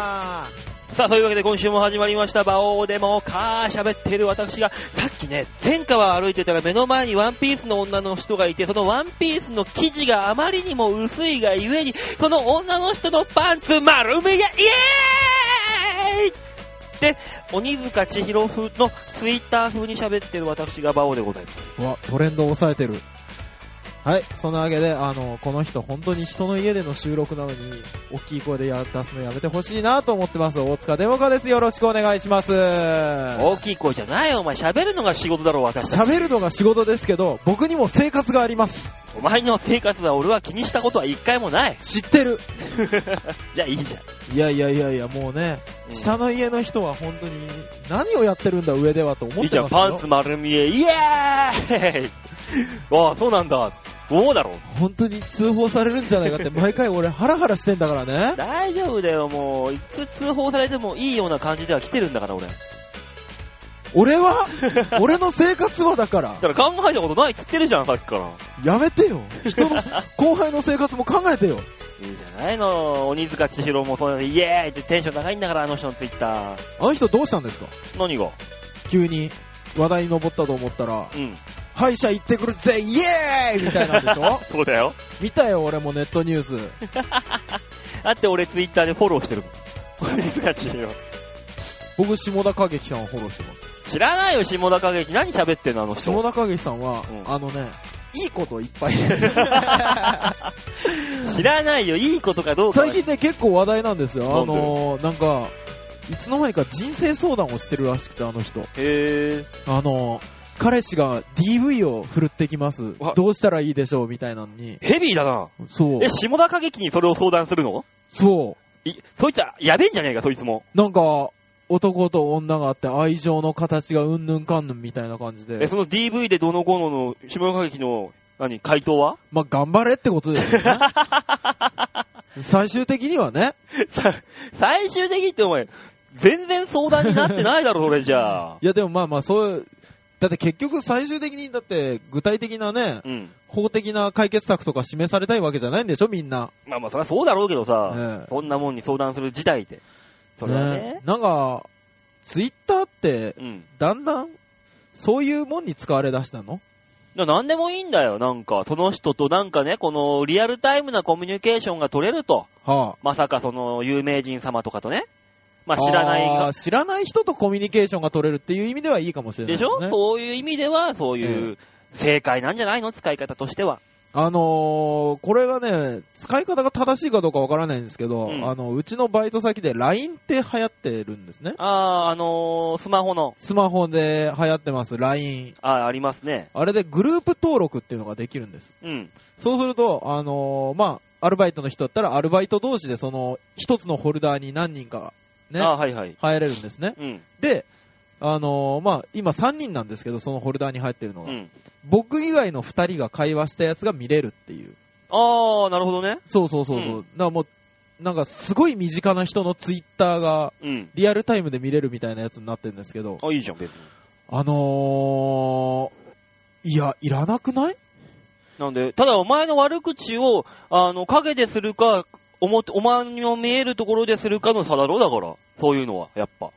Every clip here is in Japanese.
さあ、そういうわけで今週も始まりました、馬王でもかー喋ってる私が、さっきね、天下は歩いてたら目の前にワンピースの女の人がいて、そのワンピースの生地があまりにも薄いがゆえに、この女の人のパンツ丸めが、イエーイで、鬼塚千尋風のツイッター風に喋ってる私が馬王でございます。うわ、トレンドを抑えてる。はい、そんなわけで、あの、この人本当に人の家での収録なのに、大きい声でや出すのやめてほしいなと思ってます。大塚デモカです。よろしくお願いします。大きい声じゃないよ、お前。喋るのが仕事だろ、私たち。喋るのが仕事ですけど、僕にも生活があります。お前の生活は俺は気にしたことは一回も ない。知ってる。じゃあいいじゃん。いやいやいやいや、もうね、うん下の家の人は本当に何をやってるんだ上ではと思いっいじてゃん、ますパンツよ。丸見え、イエーイ わあ、そうなんだ。どうだろう本当に通報されるんじゃないかって毎回俺ハラハラしてんだからね。大丈夫だよ、もう。いつ通報されてもいいような感じでは来てるんだから、 俺。俺は俺の生活はだからだ。から考えたことないっつってるじゃん、さっきから。やめてよ。人の、後輩の生活も考えてよ。いいじゃないの。鬼塚千尋もそうやってイエーイってテンション高いんだから、あの人のツイッター。あの人どうしたんですか何が急に話題に上ったと思ったら、うん。歯医者行ってくるぜ、イエーイみたいなんでし ょそうだよ。見たよ、俺もネットニュース。だって俺ツイッターでフォローしてるもん。鬼塚千尋。僕、下田景樹さんをフォローしてます。知らないよ、下田景樹。何喋ってんの、あの人。下田景樹さんは、うんあのね、いいこといっぱ い。知らないよ、いいことかどうかは。最近ね、結構話題なんですよ。なあんでのー、なんか、いつの間にか人生相談をしてるらしくて、あの人。へー。あのー、彼氏が DV を振るってきますわ。どうしたらいいでしょうみたいなのに。ヘビーだな。そうえ、。下田景樹にそれを相談するのそう。い、そいつは、やべえんじゃねえか、そいつも。なんか、男と女があって愛情の形がうんぬんかんぬんみたいな感じえ、で。その DV でどのこうのの、下田景樹の、何、回答はまあ、頑張れってことですよね。最終的にはね。 さ最終的にってお前、全然相談になってない だろ、それじゃあ。いや、でもまあまあ、そういう、だって結局最終的に、だって具体的なね、うん。法的な解決策とか示されたいわけじゃないんでしょ、みんな。まあまあ、そりゃそうだろうけどさ、ええそんなもんに相談する事態って。それはね。なんか、ツイッターって、うん。だんだん、そういうもんに使われ出したのな何でもいいんだよ、なんか。その人となんかね、このリアルタイムなコミュニケーションが取れると。はまさかその有名人様とかとね。まああ知らないあー知らない人とコミュニケーションが取れるっていう意味ではいいかもしれないでですしね。ょ、そういう意味では、そういえう正解なんじゃないの使い方としては。あのー、これがね、使い方が正しいかどうかわからないんですけど、うんあの、うちのバイト先で LINE って流行ってるんですね。あー、あのー、スマホの、スマホで流行ってます、LINE。あー、ありますね。あれでグループ登録っていうのができるんです。うん。そうすると、あのー、まあ、アルバイトの人だったら、アルバイト同士でその、一つのホルダーに何人か、ね、あー、はいはい。入れるんですね。うん。で、あのー、まあ、今3人なんですけど、そのホルダーに入ってるのうが。ん。僕以外の2人が会話したやつが見れるっていう。あー、なるほどね。そうそうそうそう。うんだからもう、なんかすごい身近な人のツイッターがうん。リアルタイムで見れるみたいなやつになってるんですけど、あ、いいじゃん、別に。あのー、いや、いらなくないなんで、ただお前の悪口を、あの、影でするか、おも、お前の見えるところでするかの差だろうだから。そういうのは、やっぱ。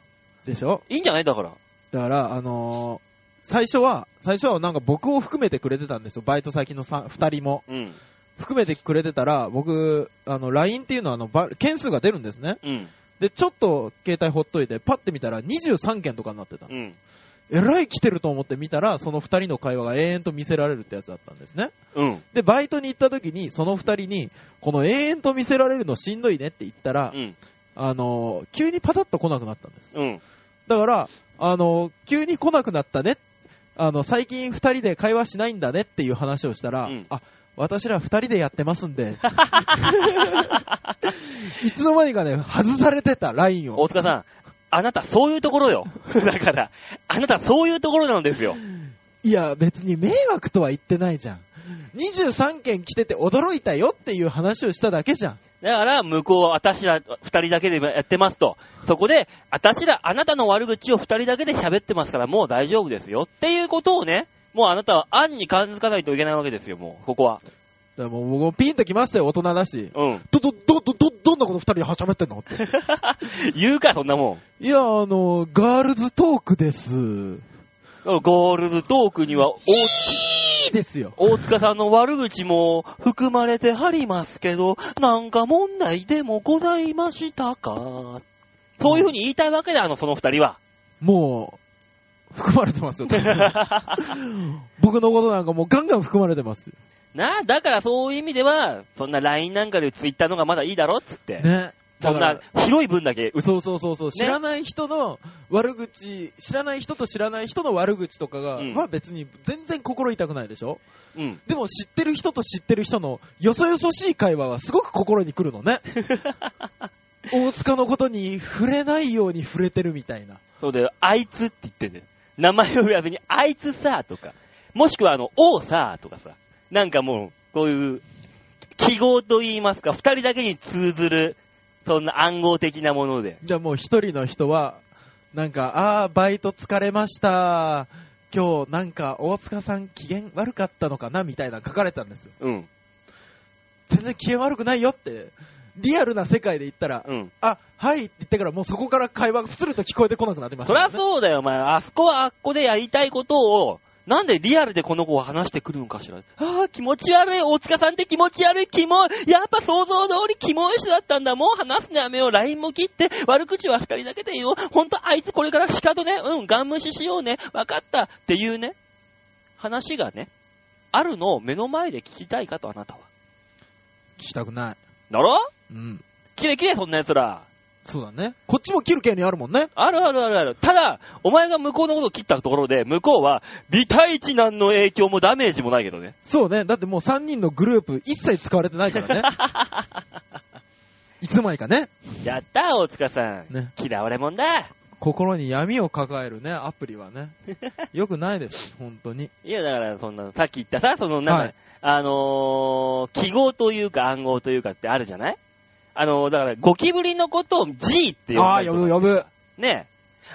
でしょいいんじゃないだから。だから、あのー、最初は、最初はなんか僕を含めてくれてたんですよ。バイト先のさ二人も。うん。含めてくれてたら、僕、あの、LINE っていうのは、あの、ば件数が出るんですね。うん。で、ちょっと携帯ほっといて、パッて見たら23件とかになってた。うん。えらい来てると思って見たら、その二人の会話が永遠と見せられるってやつだったんですね。うん。で、バイトに行った時に、その二人に、この永遠と見せられるのしんどいねって言ったら、うん。あのー、急にパタッと来なくなったんです。うん。だから、あのー、急に来なくなったね。あの、最近二人で会話しないんだねっていう話をしたら、うんあ、私ら二人でやってますんで。 いつの間にかね、外されてた、ラインを。大塚さん、あなたそういうところよ。 だから、あなたそういうところなんですよ。いや、別に迷惑とは言ってないじゃん。23件来てて驚いたよっていう話をしただけじゃん。だから、向こうは私ら二人だけでやってますと。そこで、私らあなたの悪口を二人だけで喋ってますから、もう大丈夫ですよ。っていうことをね、もうあなたは案に感づかないといけないわけですよ、もう、ここは。だからもう僕もピンときましたよ、大人だし。うん。ど、ど、ど、ど、ど、どんなこと二人ではしゃべってんのって。 言うか、そんなもん。いや、あの、ガールズトークです。ゴールズトークには大いいですよ。大塚さんの悪口も含まれてはりますけど、なんか問題でもございましたかそういうふうに言いたいわけだ、あの、その二人 は。もう、含まれてます よ。多分僕のことなんかもうガンガン含まれてますよ。なあ、だからそういう意味では、そんな LINE なんかで Twitter のがまだいいだろっつって。ね。そんな、広い分だけ、うそうそうそうそう、知らない人の悪口、知らない人と知らない人の悪口とかが、うんは別に全然心痛くないでしょうん。でも知ってる人と知ってる人のよそよそしい会話はすごく心に来る のね。大塚のことに触れないように触れてるみたいな。そうだよ、あいつって言ってんだよ。名前を言わずに、あいつさ、とか。もしくは、あの、おうさ、とかさ。なんかもう、こういう、記号と言いますか、二人だけに通ずる、そんな暗号的なもので。じゃあもう一人の人は、なんか、あー、バイト疲れました。今日なんか大塚さん機嫌悪かったのかなみたいな書かれたんですよ。うん、全然機嫌悪くないよって、リアルな世界で言ったら、うん。あ、はいって言ってからもうそこから会話がプツルと聞こえてこなくなってますそよりねゃそうだよ、お前。あそこはあっこでやりたいことを、なんでリアルでこの子を話してくるのかしら。ああ、気持ち悪い。大塚さんって気持ち悪い。キモい。やっぱ想像通りキモい人だったんだ。もう話すのやめよう。LINE も切って。悪口は二人だけでいいよ。ほんと、あいつこれから仕方ね。うん、ガン無視しようね。わかった。っていうね。話がね、あるのを目の前で聞きたいかと、あなたは。聞きたくなだろい。うん。キレキレ、そんな奴ら。そうだね。こっちも切る系にあるもんね。あるあるあるある。ただ、お前が向こうのことを切ったところで、向こうは、微対一なんの影響もダメージもないけどね。そうね。だってもう3人のグループ一切使われてないからね。 いつまいかね。やったー、大塚さん。ね嫌われもんだ。心に闇を抱えるね、アプリはね。よくないです、本当に。いや、だから、そんな、さっき言ったさ、その、なんか、はいあのー、記号というか暗号というかってあるじゃないあのー、だから、ゴキブリのことを G って呼ぶ。ああ、呼ぶ呼ぶ。ね。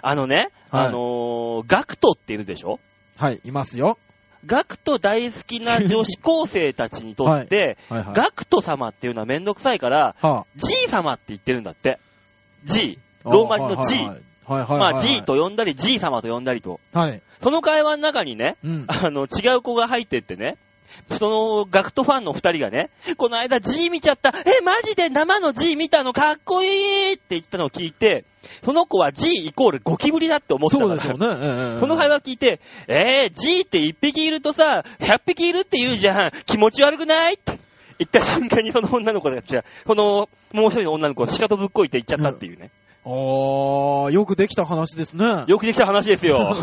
あのね、はいあのー、ガクトっているでしょはい、いますよ。ガクト大好きな女子高生たちにとって、 はいはい。ガクト様っていうのはめんどくさいから、は G 様って言ってるんだって。G。あローマ字の G。はいはいはいはいはい。まあ G。と呼んだり G 様と呼んだりと。はい。その会話の中にね、 うん。あの、違う子が入ってってね、その、ガクトファンの二人がね、この間 G 見ちゃったえ、マジで生の G 見たのかっこいいって言ったのを聞いて、その子は G イコールゴキブリだって思ってたかそうら。でしょうね。ええええこの会話聞いて、えー、G って1匹いるとさ、100匹いるって言うじゃん。気持ち悪くないって言った瞬間にその女の子が、違うこの、もう一人の女の子が仕方ぶっこいて言っちゃったっていうね。ああ、よくできた話ですね。よくできた話です よ。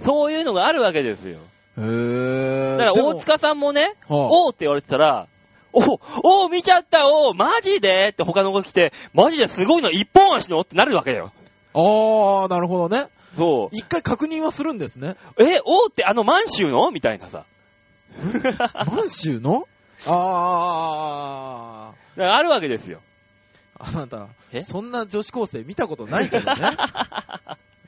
そういうのがあるわけですよ。へえ。だから大は塚さんもね、あ、おーって言われてたら、おおー見ちゃったおーマジでって他の子が来て、マジですごいの一本足のってなるわけだよ。ああ、なるほどね。そう。一回確認はするんですね。え、おーってあの満州のみたいなさ。満州のあだからあるわけですよ。あ、あなたえ、そんな女子高生見たことないけど ね。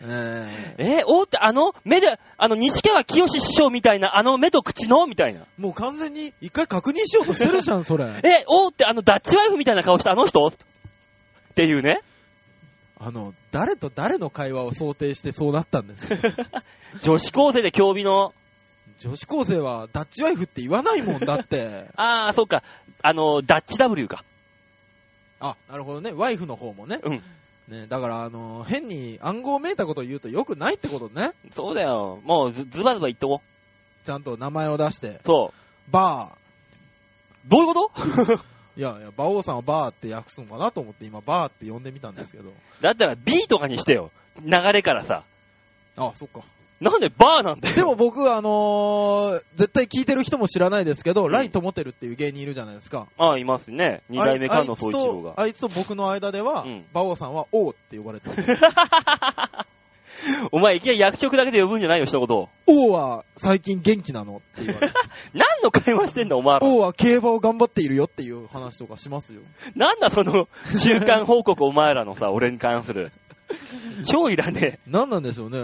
えええー、おーってあの目で、あの西川清志師匠みたいな、あの目と口のみたいな。もう完全に一回確認しようとしてるじゃん、それ。え、おーってあのダッチワイフみたいな顔したあの人っていうね。 あの、誰と誰の会話を想定してそうなったんですか女子高生で競技の、女子高生はダッチワイフって言わないもんだって。あー、そうか、あの、ダッチ W か。 あ、なるほどね。ワイフの方もね。うん。ね、だから、あの、変に暗号をめいたことを言うと良くないってことね。そうだよ。もうズズバズバ言っとこちゃんと名前を出して。う。そバう。どういうこと ー。いやいや、馬王さんはバーって訳すのかなと思って今、バーって呼んでみたんですけど。だったら B とかにしてよ。流れからさ。あ、そっか。なんでバーなんだよ。 でも僕、あのー絶対聞いてる人も知らないですけど、んライトモテルっていう芸人いるじゃないですか。 あー、いますね。二代目あい菅野総一郎が。あいつとあいつと僕の間ではうん、馬王さんは王って呼ばれ てる。 お前いきなり役職だけで呼ぶんじゃないよ、一言。王は最近元気なのって言われ て。何の会話してんだ、お前ら。王は競馬を頑張っているよっていう話とかしますよ。なんだその、週間報告お前らのさ、俺に関する。超いらね 何なんでしょうね。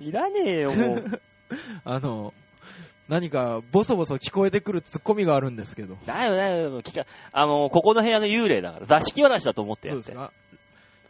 え。いらねえよ、もう。あの、何かボソボソ聞こえてくるツッコミがあるんですけど。だよだよ、聞か、あの、ここの部屋の幽霊だから、座敷話だと思ってそやうっですて。か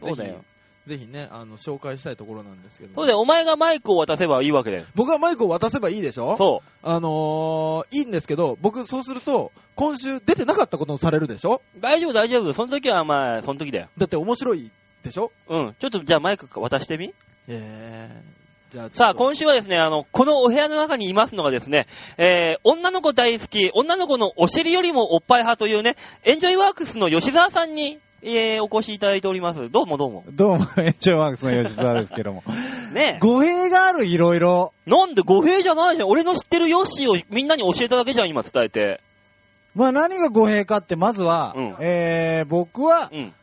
そうだよ。ぜひぜひね、あの、紹介したいところなんですけど。そうだよ、お前がマイクを渡せばいいわけだよ。僕はマイクを渡せばいいでしょそあのー、いいんですけど、僕そうすると、今週出てなかったことをされるでしょう。大丈夫、大丈夫。その時は、まあ、その時だよ。だって面白いでしょうん。ちょっと、じゃあマイク渡してみ。えー、じゃあさあ、今週はですね、あの、このお部屋の中にいますのがですね、えー、女の子大好き、女の子のお尻よりもおっぱい派というね、エンジョイワークスの吉沢さんに、えー、お越しいただいております。どうもどうも。どうも、エンジョイワークスの吉沢ですけ ども。ね語弊がある、いろいろ。え。なんで語弊じゃないじゃん。俺の知ってるヨッシーをみんなに教えただけじゃん、今伝えて。まあ何が語弊かって、まずは、うんえー、僕はう、ん。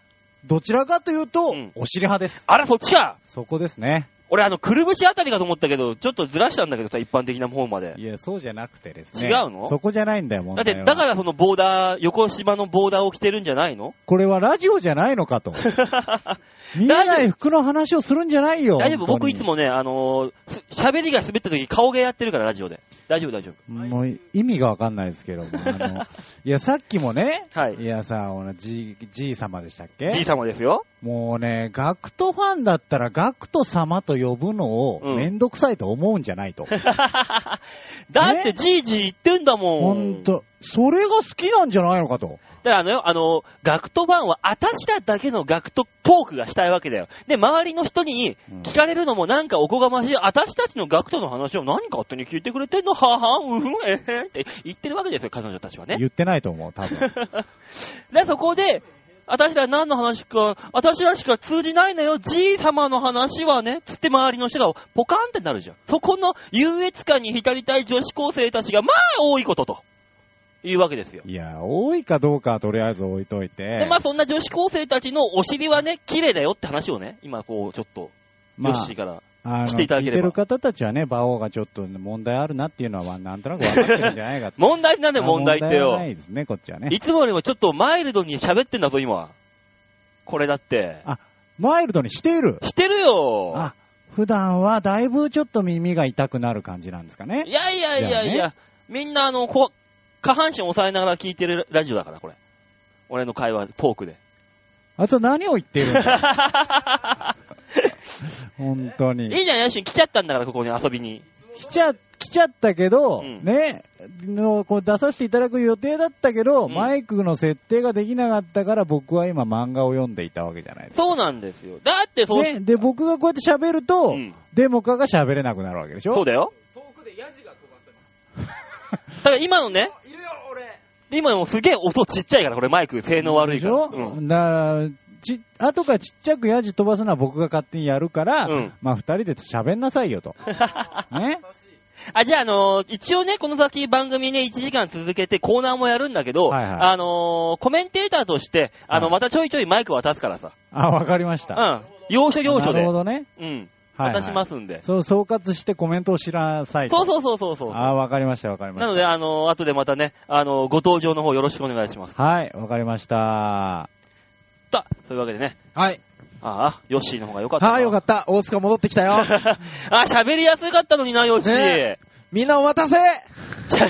どちらかというと、うんお尻派です。あら、そっちかそこですね。俺、あの、くるぶしあたりかと思ったけど、ちょっとずらしたんだけどさ、一般的な方まで。いや、そうじゃなくてです違ね。うのそこじゃないんだよ、問だっ題て、はだからそのボーダー、横島のボーダーを着てるんじゃないのこれはラジオじゃないの かと。見えない服の話をするんじゃないよ。大丈夫本当僕にいつ。もね、あのーす喋りが滑った時顔芸やってるから、ラジオで。大丈夫、大丈もう意味がわかんないですけども。あ の、いや、さっきもね、夫。はい。いやさ、ほら、じい、じい様でしたっけ G 様ですよ。 もうね、ガクトファンだったらガクト様と呼ぶのうんをめんどくさいと思うんじゃないと。だって、じいじい言ってんだもん。ほん。と、それが好きなんじゃないのかと。だからあのよ、あのー、ガクトファンは、私らだけのガクトトークがしたいわけだよ。で、周りの人にうん聞かれるのもなんかおこがましい。私たちのガクトの話を何勝手に聞いてくれてんのははん、うふん、えへんって言ってるわけですよ、彼女たちはね。言ってないと思う、多分。で、そこで、私ら何の話か、私らしか通じないのよ、じい様の話はね、つって周りの人がポカンってなるじゃん。そこの優越感に浸りたい女子高生たちが、まあ多いことと、いうわけですよ。いや、多いかどうかはとりあえず置いといで、て。まあそんな女子高生たちのお尻はね、綺麗だよって話をね、今こう、ちょっと、まヨッあシーから。あの、していただければ聞いてる方たちはね、馬王がちょっと問題あるなっていうのは、まあなんとなく分かってるんじゃないか と。問題なんだよ、問題って問はよな。いですね、こっちはね。いつもよりもちょっとマイルドに喋ってんだぞ、今。これだって。あマイルドにしている。してるよあ、普段はだいぶちょっと耳が痛くなる感じなんですかねい。やいやいやいじゃや、みんなあの、こ下半身押さえながら聞いてるラジオだから、これ。俺の会話、トーク で。あと何を言っているんだ 本当いに。いじゃん、ヤシン来ちゃったんだから、ここに遊びに。来ちゃ、来ちゃったけど、うんね、のこう出させていただく予定だったけど、うんマイクの設定ができなかったから僕は今漫画を読んでいたわけじゃないですそうなんですよ。だってか。そう、ね、で、僕がこうやって喋るうと、んデモカが喋れなくなるわけでしょそうだよ。遠くでヤジが飛ばせま だから今のね、す。いるよ、俺。今もすげえ音ちっちゃいから、これマイク、性能悪いでしから。ょ、うん。だから、ち、後からちっちゃくヤジ飛ばすのは僕が勝手にやるから、うんまあ二人で喋んなさい よと。ねあ、じゃあ、あのー一応ね、この先番組ね、1時間続けてコーナーもやるんだけど、はいはいあのーコメンテーターとして、あの、はいまたちょいちょいマイク渡すからさ。あ、わかりました。うん。要所要所なでるほ。どね。うん。はい、はい。渡しますんで。そう、総括してコメントを知らさいと。そうそうそうそうそう。ああ、わかりました、わかりまなのしで、あの、後でまたね、あの、ご登場の方よろしくお願いします。た。はい、わかりました。さあそういうわけでね、はい。ああ、ヨッシーの方が良かったな。はい、よかった。大塚戻ってきたよ。 あ、喋りやすかったのにな、ヨッシー。ねみんなお待た せ ちゃ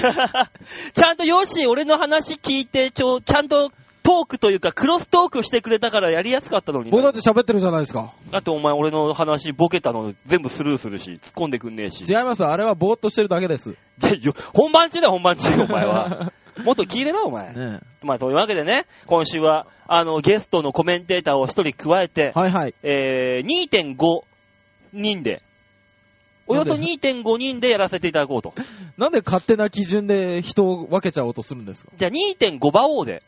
ちゃんとヨッシー、俺の話聞いて、ちょ、ちゃんとトークというか、クロストークしてくれたからやりやすかったのにな僕だって喋ってるじゃないですか。だってお前俺の話ボケたの全部スルーするし、突っ込んでくんねえし。違います。あれはぼーっとしてるだけです。でよ本番中だよ、本番中、お前 は。もっと聞いれな、お前。ねまあ、というわけでね、今週は、あの、ゲストのコメンテーターを一人加えて、 はいはい。えー、2.5人で、およそなんで2.5人でやらせていただこうと。なんで勝手な基準で人を分けちゃおうとするんですかじゃあ2.5馬王で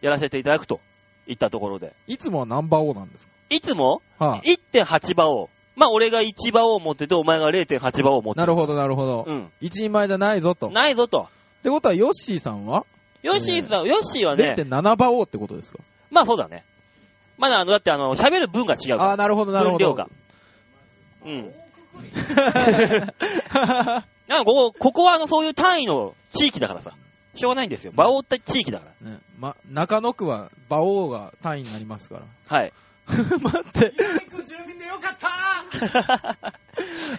やらせていただくといったところで。いつもはナンバーオーなんですいつもかは1.8馬王。まあ俺が1馬王を持ってて、お前が0.8馬王を持っい。てなるほど、なるほど。うん。一人前じゃないぞと。っないぞと。てことは、ヨッシーさんはヨッシーさん、ヨッシーはね、 0.7馬王ってことですかまあそうだね。まああの、だってあの、喋る分が違うあかあ、なるほど、ら。なる分ほ量ど。が。うん。 なんかここ、ここはあの、そういう単位の地域だからさ。しょうがないんですよ。馬王って地域だから。 ね、ま、中野区は馬王が単位 になりますから。はい。待って。住民でよかった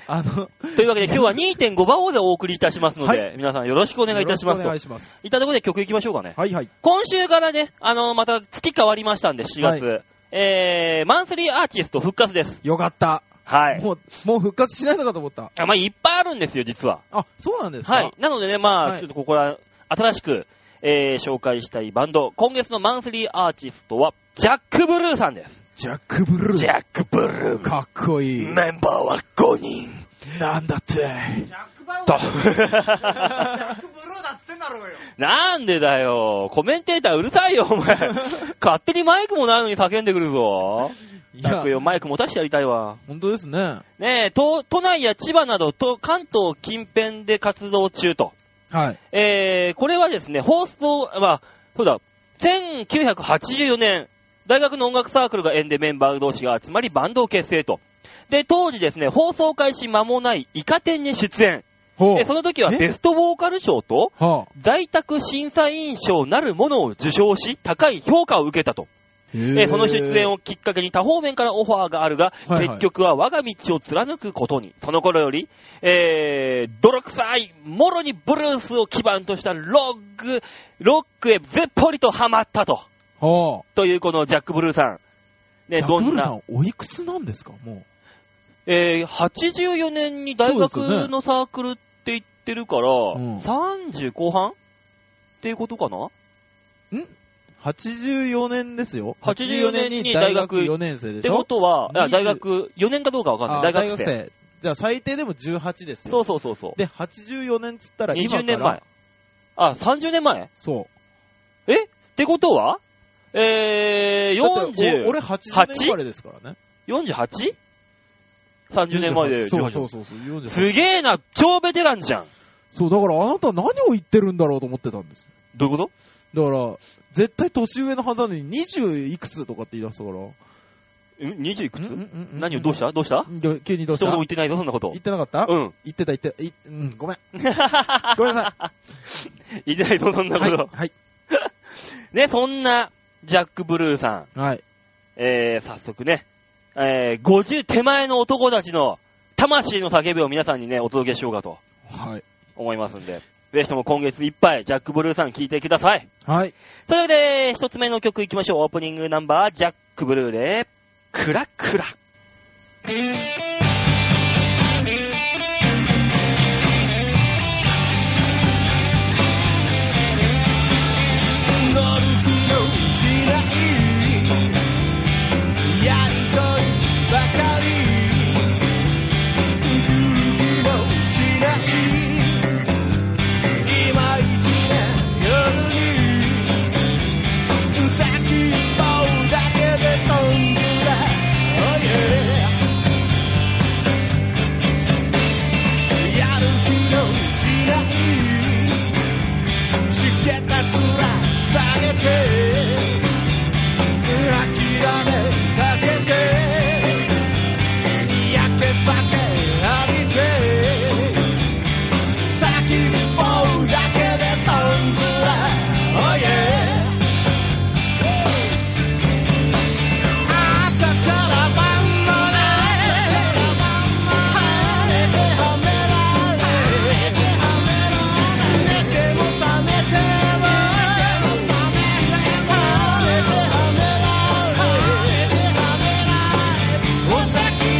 あの、 というわけで今日は2.5馬王でお送りいたしますので、は皆さんよろしくお願いいたしますと。いよろくお願いっします。たところで曲行きましょうかね。はいはい。今週からね、あのまた月変わりましたんで、4月。えー、マンスリーアーティスト復活です。よかった。はい。もう、もう復活しないのかと思った。あまあ、いっぱいあるんですよ、実は。あ、そうなんですかはい。。なのでね、まあ、はいちょっとここら、新しく、えー、紹介したいバンド、今月のマンスリーアーティストは、ジャック・ブルーさんです。ジャック・ブルー。ジャック・ブルー。かっこいい。メンバーは5人。なんだって。と。ブルーだっつってんだろうよ。なんでだよ。コメンテーターうるさいよ、お 前。勝手にマイクもないのに叫んでくるぞ。いだやく、よ、マイク持たしてやりたいわ。本当ですね。ねえ、都都内や千葉など、と関東近辺で活動中と。はい。えー、これはですね、放送、まあ、そうだ、1984年、大学の音楽サークルが縁でメンバー同士が集まりバンドを結成と。で、当時ですね、放送開始間もないイカ天に出演。ほで、その時はえベストボーカル賞と、う。は在宅審査員賞なるものを受賞し、高い評価を受けたと。あ、えーその出演を。をきっかけに多方面からオファーがあるが、はいは結い局は我が道を貫くことに。その頃より、えー、泥臭い、もろにブルースを基盤としたロック、ロックへずっぽりとハマったと。はというこのジャック・ブルーさん。あ。ねジャック・ブルーさ、どんなんおいくつなんですかもえー、84年に大そうですよ学ねのサークルって言ってるから、ん30後半っていうことかなう。84年ですよ。 84年に大学4年生っでてしこょとは、いや20大学、4年かどうかわかんない。あ大学生。じゃあ最低でも18ですよ。そうそうそうそう。で、84年っつったら今から。 20年前。あ、30年前そう。えってことはえー、だってお俺40、 80年生まれですからね。 48?30 年前で。そうそううそうそう、48すげえな、超ベテランじゃん。そう、だからあなた何を言ってるんだろうと思ってたんです。どういうこだから、絶対年上のはずなのに20いくつとかって言い出したから。とん ?20 いくつん何をどうしたたどうしたん急にどう一した言も言言ってないぞ、そんなこと。ってなかったうん。言ってた言って、いうん、 ごめん。ごめんなさ言ってないぞ、そんい。なこはいと。。はい。ね、そんな、ジャック・ブルーさん。はい。えー、早速ね、えー、50手前の男たちの魂の叫びを皆さんにね、お届けしようかとはい。思いますんで、ぜひとも今月いっぱい、ジャック・ブルーさん聴いてください。はい。それでは、一つ目の曲いきましょう。オープニングナンバー、ジャック・ブルーで、クラクラ。乗る気しないやりとりばかり空気もしない今一年夜に先っぽだけで飛んでた Oh yeah やる気のしないしけたくら下げて諦めかけてやけばけ浴びて先っぽだけで飛んずら Oh yeah 朝から晩まで晴れて褒められ「寝ても覚めても」「寝ても覚めても」「晴れて褒められ」「お先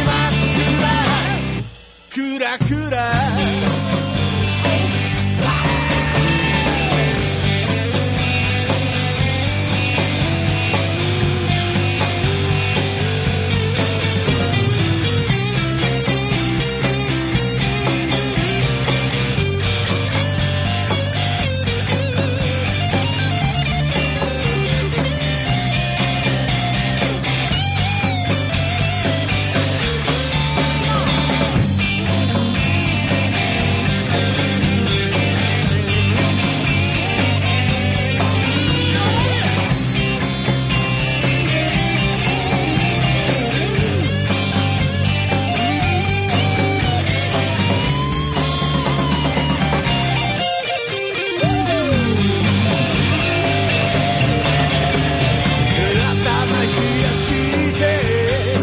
はくらくらくら」頭冷やして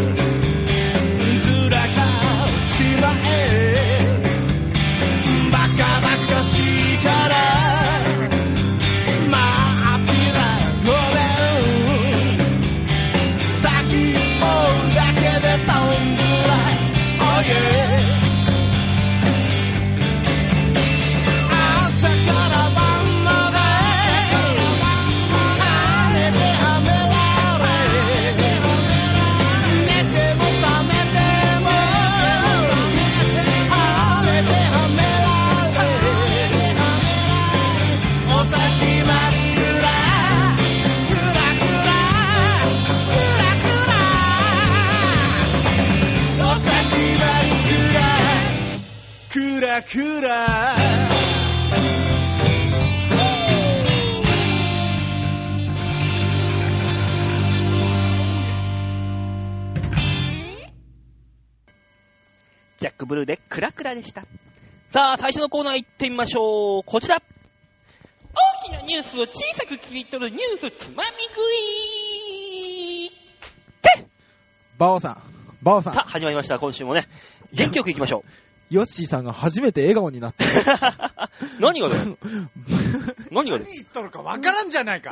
ずらか落ちまうクラクラジャックブルーでクラクラでした。さあ、最初のコーナー行ってみましょう。こちら。大きなニュースを小さく切り取るニュースつまみ食いってバオさん、バオさんさ、あ、始まりました、今週もね。元気よく行きましょヨッシーさんが初めて笑顔になった う。。何がだ よ。何がだよ何。言っとるかわからんじゃないか。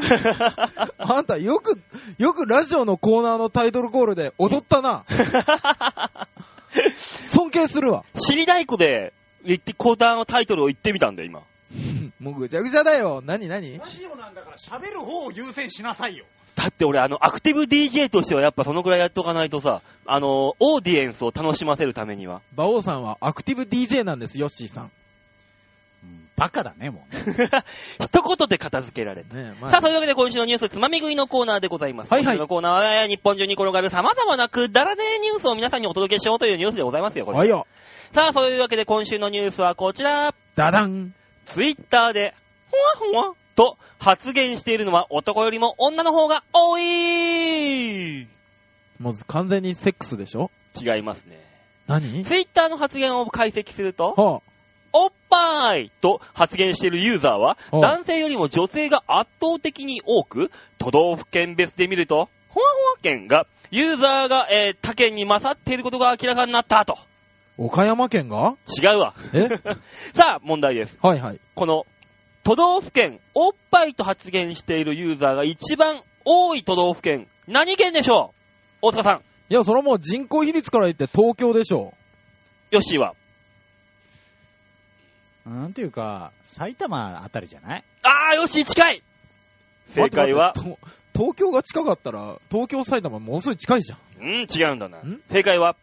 あんたよく、よくラジオのコーナーのタイトルコールで踊っ たな。尊敬するわ。知り太鼓で、言って、コーナーのタイトルを言ってみたんだよ、今。もうぐちゃぐちゃだよ。なになにラジオなんだから喋る方を優先しなさいよ。だって俺、あの、アクティブ DJ としてはやっぱそのくらいやっとかないとさ、あの、オーディエンスを楽しませるためには。 馬王さんはアクティブ DJ なんです、ヨッシーさん。バカだね、もうね。一言で片付けられた。ねえ、さあ、そういうわけで今週のニュースつまみ食いのコーナーでございます。はいは今い週のコーナーは、日本中に転がる様々なくだらねえニュースを皆さんにお届けしようというニュースでございますよ、これ。はいよ。さあ、そういうわけで今週のニュースはこちら。ダダン。ツイッターで、ほわほわと発言しているのは男よりも女の方が多い違いもう完全にセックスでしょますね。何ツイッターの発言を解析すると、はおっぱいと発言しているユーザーは、お男性よりも女性が圧倒的に多く、都道府県別で見ると、ほわほわ県が、ユーザーが、えー他県に勝っていることが明らかになったと。岡山県が違うわ。 えさあ、問題です。はいはい。この、都道府県、おっぱいと発言しているユーザーが一番多い都道府県、何県でしょう大塚さん、いや、それはもう人口比率から言って東京でしょ。ヨッシーは。なんていうか、埼玉あたりじゃないあー、ヨッシー近い正解は、待って待ってと東京が近かったら、東京、埼玉ものすごい近いじゃん。。うん、違うんだなん正解は、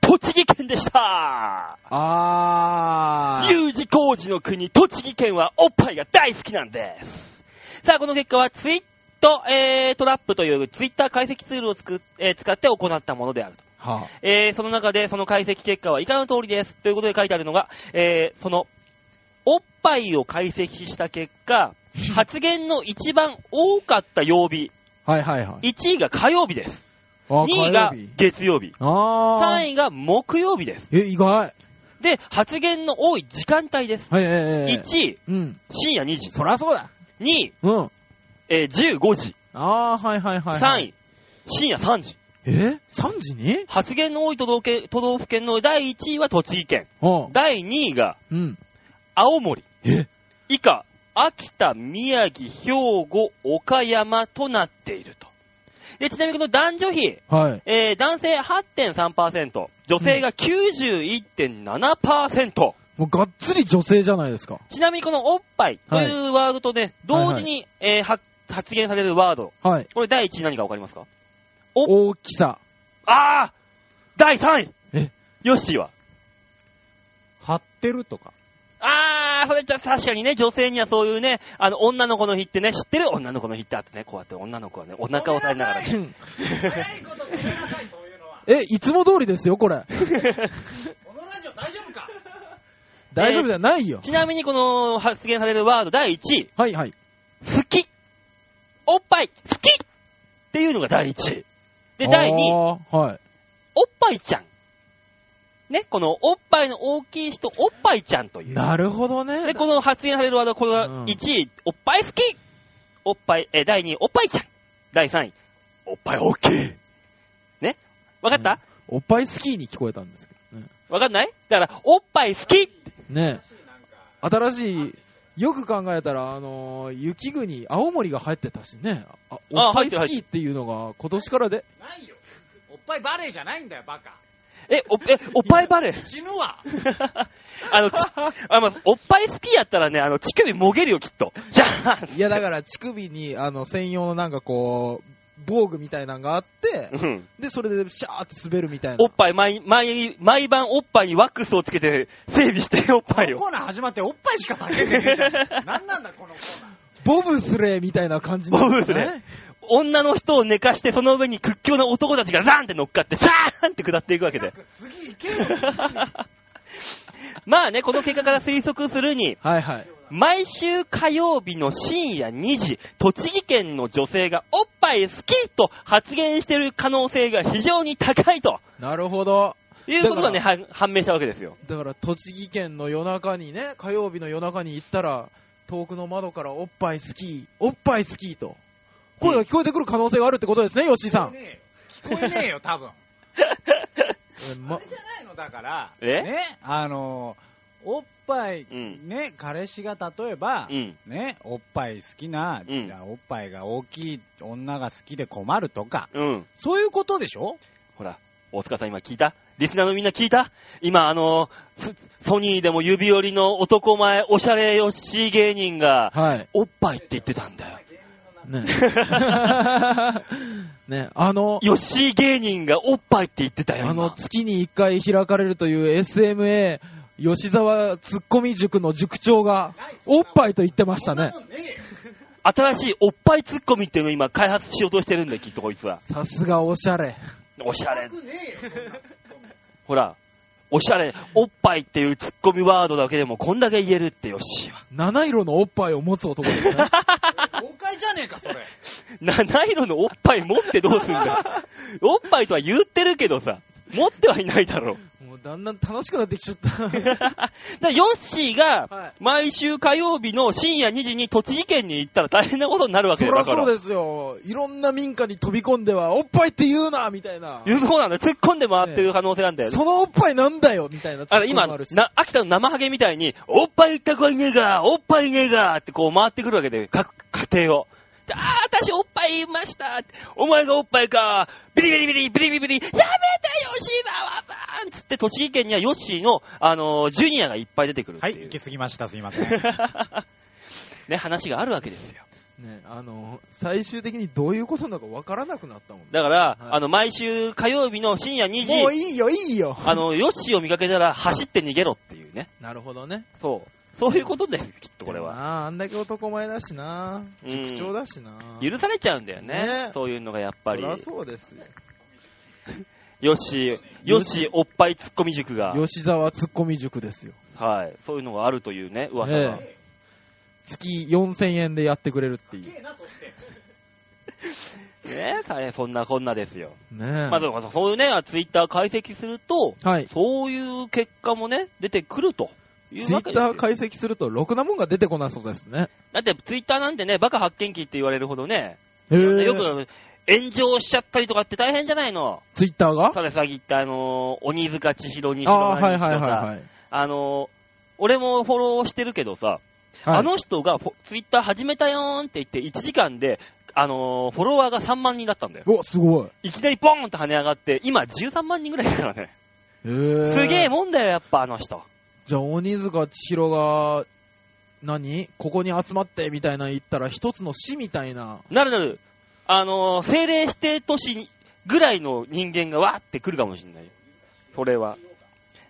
栃木県でしたあー。 U 字工事の国、栃木県はおっぱいが大好きなんです。さあ、この結果はツイット、えー、トラップというツイッター解析ツールをつく、えー使って行ったものであると。はえーその中でその解析結果は以下の通りです。ということで書いてあるのが、えーその、おっぱいを解析した結 果、発言の一番多かった曜日、あ、はいはいはい。 1位が火曜日です。あー2位が火曜日月曜日。あー。 3位が木曜日です。え、意外。で、発言の多い時間帯です。はい、えー、え1ー。位、うん。深夜2時。そらそうだ。 2位、うん。えー15時。あー、はいはいはい、は3い。位、深夜3時。 3位。え ?3 時に発言の多い都道府都道府県の第1位は栃木県。うん。第2位がうん。青森。え以下、秋田、宮城、兵庫、岡山となっていると。で、ちなみにこの男女比、はい。えー男性8.3%、女性が91.7%。もうがっつり女性じゃないですか。ちなみにこのおっぱいというワードとね、同時に、えーは発言されるワード。はい。これ第1位何かわかりますかお大きさ。あー第3位えヨッシーは張ってるとか。あー、それじゃ確かにね、女性にはそういうね、あの、女の子の日ってね、知ってる女の子の日ってあってね、こうやって女の子はね、お腹を押さえながらね。早いことごめんなさい、そういうのは。え、いつも通りですよ、これ。このラジオ大丈夫か大丈夫じゃないよ。ちなみにこの発言されるワード第1位、はいはい。好きおっぱい好きっていうのが第1位。で、あー第2位、はい。おっぱいちゃん。ね、このおっぱいの大きい人、おっぱいちゃんという。なるほどね。で、この発言されるワード、これうはん1位、おっぱい好きおっぱい、え、第2位、おっぱいちゃん。第3位、おっぱい大きい。ねわかったおっぱいスキーに聞こえたんですけどね。わかんないだから、おっぱい好きね新しい、よく考えたら、あのー雪国、青森が入ってたしね。あ、おっぱ入っいてスるキーっていうのが今年からで。ないよ。おっぱいバレーじゃないんだよ、バカ。え、お、え、おっぱいバレー。死ぬわ。あの、ち、あの、おっぱい好きやったらね、あの、乳首もげるよ、きっと。じゃあ、いや、だから乳首に、あの、専用のなんかこう、防具みたいなのがあって、うん。で、それでシャーって滑るみたいなおっ。ぱい、毎、毎、毎晩おっぱいにワックスをつけて、整備して、おっぱいをこの。コーナー始まっておっぱいしか叫ん でないじゃん。なんなんだ、このコーナー。ボブスレーみたいな感じになボブるんスだレー。女の人を寝かして、その上に屈強な男 たちがザーンって乗っかって、ザーンって下っていくわけで。次行けよ。まあね、この結果から推測するに、はいはい。毎週火曜日の深夜2時、栃木県の女性がおっぱい好きと発言してる可能性が非常に高いとなるほど。いうことがね、は判明したわけですよ。だから、栃木県の夜中にね、火曜日の夜中に行ったら、遠くの窓からおっぱい好き、おっぱい好きと、声が聞こえてくる可能性があるってことですね、吉井さん。聞こえね えよ、多分。えまあれじゃないのだから、えね、あの、おっぱい、うんね、彼氏が例えば、うん。ね、おっぱい好きな、うんいやおっぱいが大きい女が好きで困るとか、うん。そういうことでしょほら、大塚さん今聞いたリスナーのみんな聞いた今あの、スソニーでも指折りの男前おしゃれヨッシー芸人が、はい。おっぱいって言ってたんだよ。 ね。ね、あの、ヨッシー芸人がおっぱいって言ってたよ。あの、今月に一回開かれるという SMA、吉沢ツッコミ塾の塾長が、おっぱいと言ってましたね。新しいおっぱいツッコミっていうのを今開発しようとしてるんだよ、きっとこいつは。さすがおしゃれ。おしゃれ。ほら、おしゃれ、おっぱいっていうツッコミワードだけでもこんだけ言えるってヨッシーは。七色のおっぱいを持つ男です ね。誤解じゃねえか、 それ。七色のおっぱい持ってどうすん だよ。おっぱいとは言ってるけどさ、持ってはいないだろう。もうだんだん楽しくなってきちゃった。だからヨッシーはがい、毎週火曜日の深夜2時に栃木県に行ったら大変なことになるわけそだりゃかそら。うですよ。いろんな民家に飛び込んでは、おっぱいって言うなみたいな。そうなんだよ。突っ込んで回ってる可能性なんだよね。そのおっぱいなんだよみたいな。あれ今、ツッコミもあるしな、秋田の生ハゲみたいに、おっぱい言った子はいねえが、おっぱいいねえがってこう回ってくるわけで、各家庭を。でああ、私おっぱい言いましたお前がおっぱいかビリビリビリ、ビリビリビリ、やめてよ、吉沢さんつって、栃木県にはヨッシーの、あのージュニアがいっぱい出てくるってはいい、行う。き過ぎました、すいま せん。ね、話があるわけですよ。ね、あの、最終的にどういうことなのかわからなくなったもんね。だから、いあの、毎週火曜日の深夜2もう時、いいよ、いいよ。あの、ヨッシーを見かけたら走って逃げろっていうね。なるほどね。そう。そういうことですよ、きっとこれは。ああ、あんだけ男前だしな。うん塾長だしな。許されちゃうんだよね。ねそういうのがやっぱそり。りゃよそうですよ。し、よし、おっぱいツッコミ塾が、吉沢ツッコミ塾ですよ。はい。そういうのがあるというね、噂が。ええ月4000円でやってくれるっていう。ねえ、大変そんなこんなですよ。ねえ。まあでも、そういうね、ツイッター解析すると、はい。そういう結果もね、出てくると。いツうイわけッですタよー解析すると、ろくなもんが出てこなそうですね。だってツイッターなんてね、バカ発見器って言われるほどね、へえ。よく炎上しちゃったりとかって大変じゃないの。ツイッターがそれさっき言ったあのー、鬼塚千尋にしあろあ、は何いにしろはいはいさ、はい。あのー、俺もフォローしてるけどさ、はいあの人がフォツイッター始めたよーんって言って、1時間で、あのーフォロワーが3万人だったんだよ。お、すごい。いきなりポーンと跳ね上がって、今13万人ぐらいだからね。へえ。すげえもんだよ、やっぱあの人。じゃあ、鬼塚千尋が、何ここに集まってみたいな言ったら、一つの死みたいな。なるなる、あのー政令指定都市ぐらいの人間がわーって来るかもしれないよ。それは。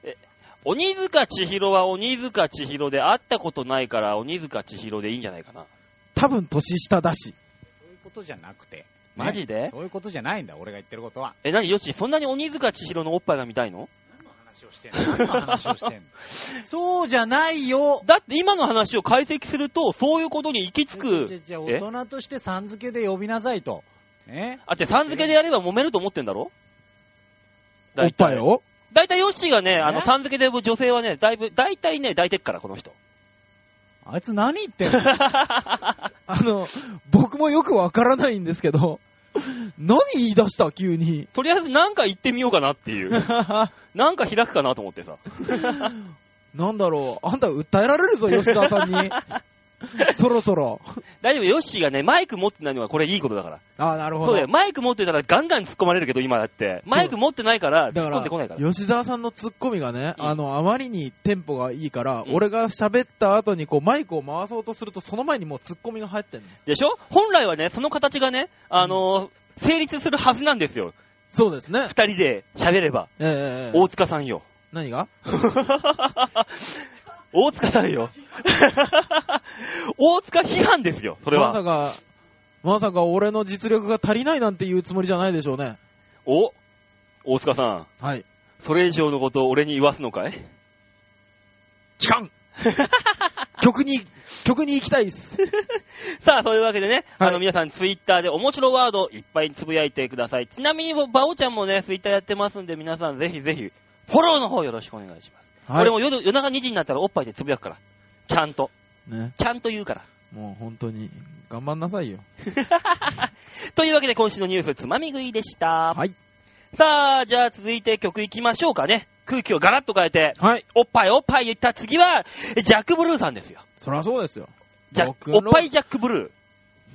え鬼塚千尋は鬼塚千尋で会ったことないから鬼塚千尋でいいんじゃないかな。多分年下だし。そういうことじゃなくて。ねマジでそういうことじゃないんだ、俺が言ってることは。え、なによし、そんなに鬼塚千尋のおっぱいが見たいの何の話をしてんの何の話をしてんの そうじゃないよだって今の話を解析すると、そういうことに行き着じゃく。じゃえ大人としてさん付けで呼びなさいと。ね。あって、さん付けでやれば揉めると思ってんだろおっぱい。を大体ヨッシーがね、あの、ねさん付けで呼ぶ女性はね、だいぶ、大体ね、抱いてっから、この人。あいつ何言ってんのあの、僕もよくわからないんですけど、何言い出した 急に。とりあえずなんか行ってみようかなっていう。 なんか開くかなと思ってさ。なんだろう、あんた訴えられるぞ、吉沢さん に。そろそろ。大丈夫、ヨッシーがね、マイク持ってないのはこれいいことだから。ああ、なるほそうどだよ、。マイク持ってたらガンガン突っ込まれるけど、今だって。マイク持ってないから、突だっか、込んでこないからら。吉沢さんのツッコミがね、うんあの、あまりにテンポがいいから、うん俺が喋った後にこう、マイクを回そうとすると、その前にもうツッコミが入ってんの。でしょ本来はね、その形がね、あのー成立するはずなんですよ。そうですね。二人で喋れば。ええええ大塚さん よ。何が大塚さんよ。 大塚批判ですよ、それまさは。か、まさか俺の実力が足りないなんて言うつもりじゃないでしょうね。お大塚さん、はい。それ以上のことを俺に言わすのかい期 間曲に、曲に行きたいっす。さあ、そういうわけでね、はあいの、皆さん、ツイッターで面白ワードいっぱいつぶやいてください。ちなみに、バオちゃんもね、ツイッターやってますんで、皆さん、ぜひぜひ、フォローの方よろしくお願いします。はい俺も夜夜中2時になったらおっぱいでつぶやくから。ちゃんと。ね。ちゃんと言うから。もう本当に、頑張んなさいよ。というわけで、今週のニュース、つまみ食いでした。はい。さあ、じゃあ続いて曲いきましょうかね。空気をガラッと変えて、はい。おっぱいおっぱい言った次は、ジャック・ブルーさんですよ。そらそうですよ。ジャックおっぱいジャック・ブル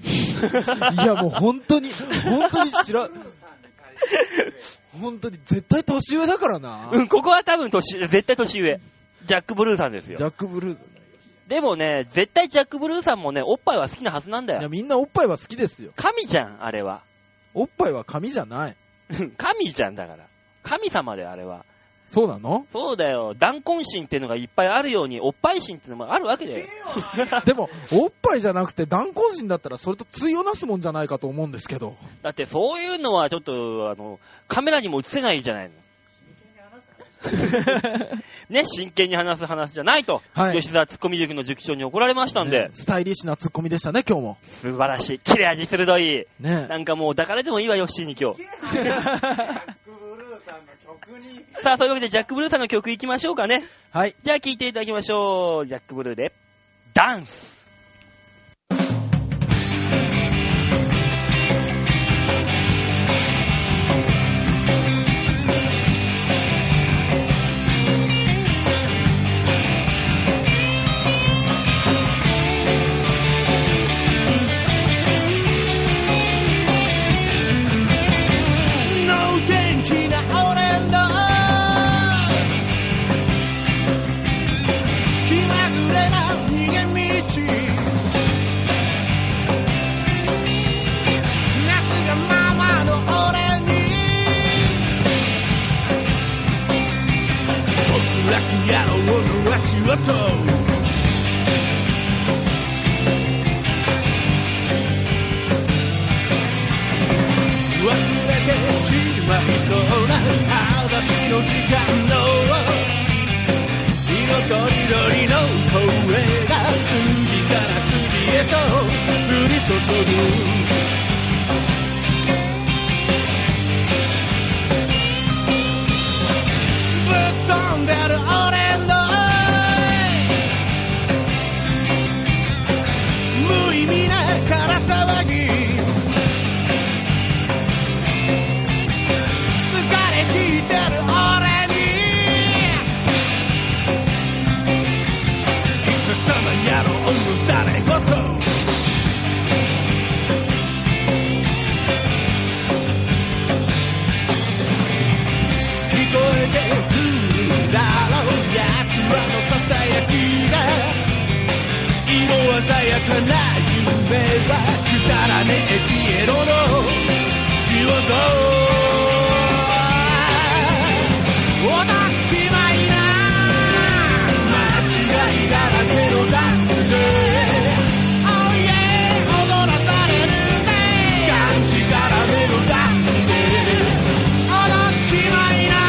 ー。 いやもう本当に、本当に知ら、本当に絶対年上だからな。うん、ここは多分年上、絶対年上。ジャック・ブルーさんですジよ。ャック・ブルーズ。でもね、絶対ジャック・ブルーさんもね、おっぱいは好きなはずなんだいやよ。みんなおっぱいは好きですよ。神じゃん、あれは。 おっぱいは紙じゃない。うん神じゃんだから。神様であれは。そうなのそうだよ。断根心っていうのがいっぱいあるように、おっぱい心っていうのもあるわけだよ。でも、おっぱいじゃなくて断根人だったらそれと対をなすもんじゃないかと思うんですけど。 だってそういうのはちょっと、あの、カメラにも映せないじゃないの。 ね、真剣に話す話じゃないと、はい吉沢ツッコミ塾の塾長に怒られましたんで、ねスタイリッシュなツッコミでしたね、今日も。素晴らしい。切れ味鋭い。ねなんかもう抱かれてもいいわ、ヨッシーに 今日。クブルーさんの曲にさあ、そういうわけでジャック・ブルーさんの曲いきましょうかね。はい。じゃあ聴いていただきましょう。ジャック・ブルーで、ダンス。の元気な俺の気まぐれな逃げ道なすがままの俺に僕らき野郎の足音忘れてしまいそうな嵐の時間の色とりどりの声が次から次へと降り注ぐぶっ飛んでる俺の無意味なから騒ぎ疲れ切ってる俺にいつさまやろう誰ごと聞こえてくるだろう奴らのささやきが色鮮やかな夢はくだらねえピエロの仕事私のいな間違いだらけのダンスで Oh yeah 踊らされるぜ感じからめのダンスで私のいな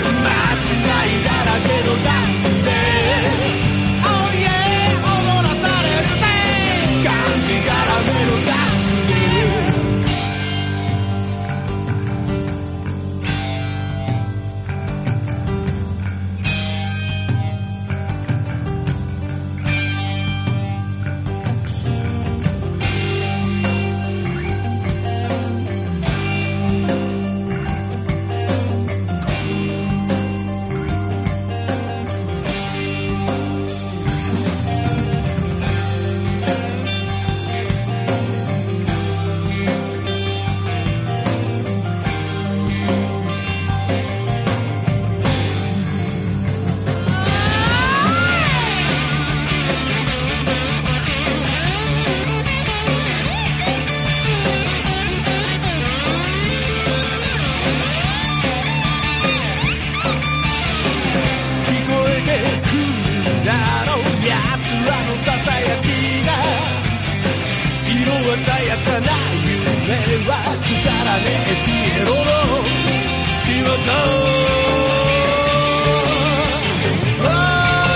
間違いだらけのダンスで Oh yeah 踊らされるぜ感じからめのダンスで聞こえてくるだろう奴らのささやきが色鮮やかな夢はくだらねえピエロの仕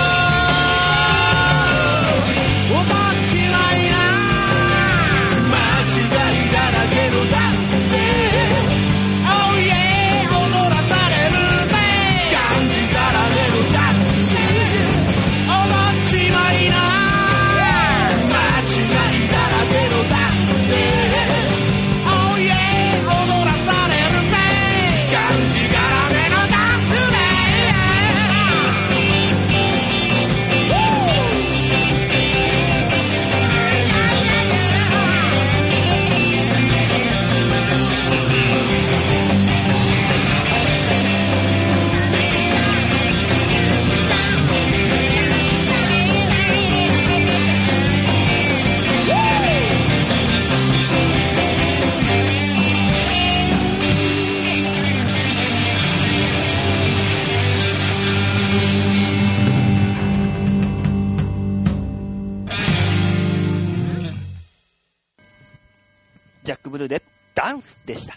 事 Oh ブルーでダンスでした。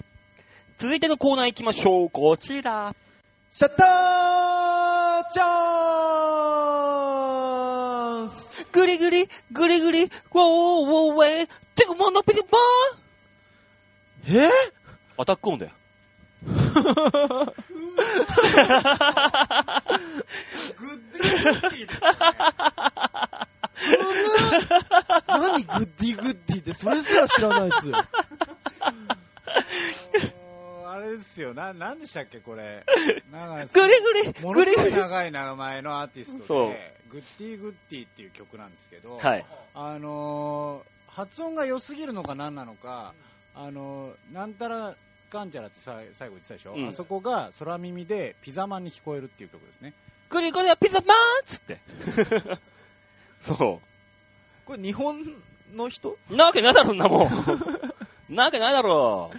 続いてのコーナー行きましょう。こちら。シャッターチャンスグリグリ、グリグリ、ウォーウォーウェイ、テクモノピクバー えアタックオンだよ。何グッディグッディってそれすら知らないっすよ。あれですよ、な、なんでしたっけ、これ。長 いグリグリ、ものグリすごグいリ。長い名前のアーティそストうで、グッディグッディっていう曲なんですけど、はい。あのー発音が良すぎるのか何なのか、あのーなんたらかんちゃらってさ最後言ってたでしょ、うんあそこが空耳でピザマンに聞こえるっていう曲ですね。グリグリはピザマンつって。 そ これ日本の 人う。なわけないだろ、そんなもん。なわけないだろ。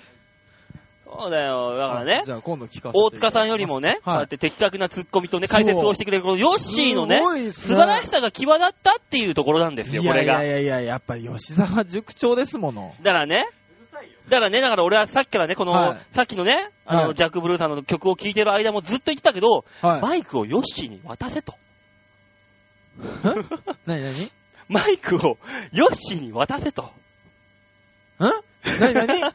そうだよ。だからねあ。じゃあ今度聞かせて。大塚さんよりもね、こうはやっい。て的確なツッコミとね、解説をしてくれるこのヨッシーのねすごいっ、す素ね晴らしさが際立ったっていうところなんですよ、これが。いやいやいやいや、やっぱ吉沢塾長ですもの。だからね、だからね、だから俺はさっきからね、この、はいさっきのね、あの、はいジャック・ブルーさんの曲を聴いてる間もずっと言ってたけど、はマイクをヨッシーに渡せと。い。なになにん マイクをヨッシーに渡せと。なにな に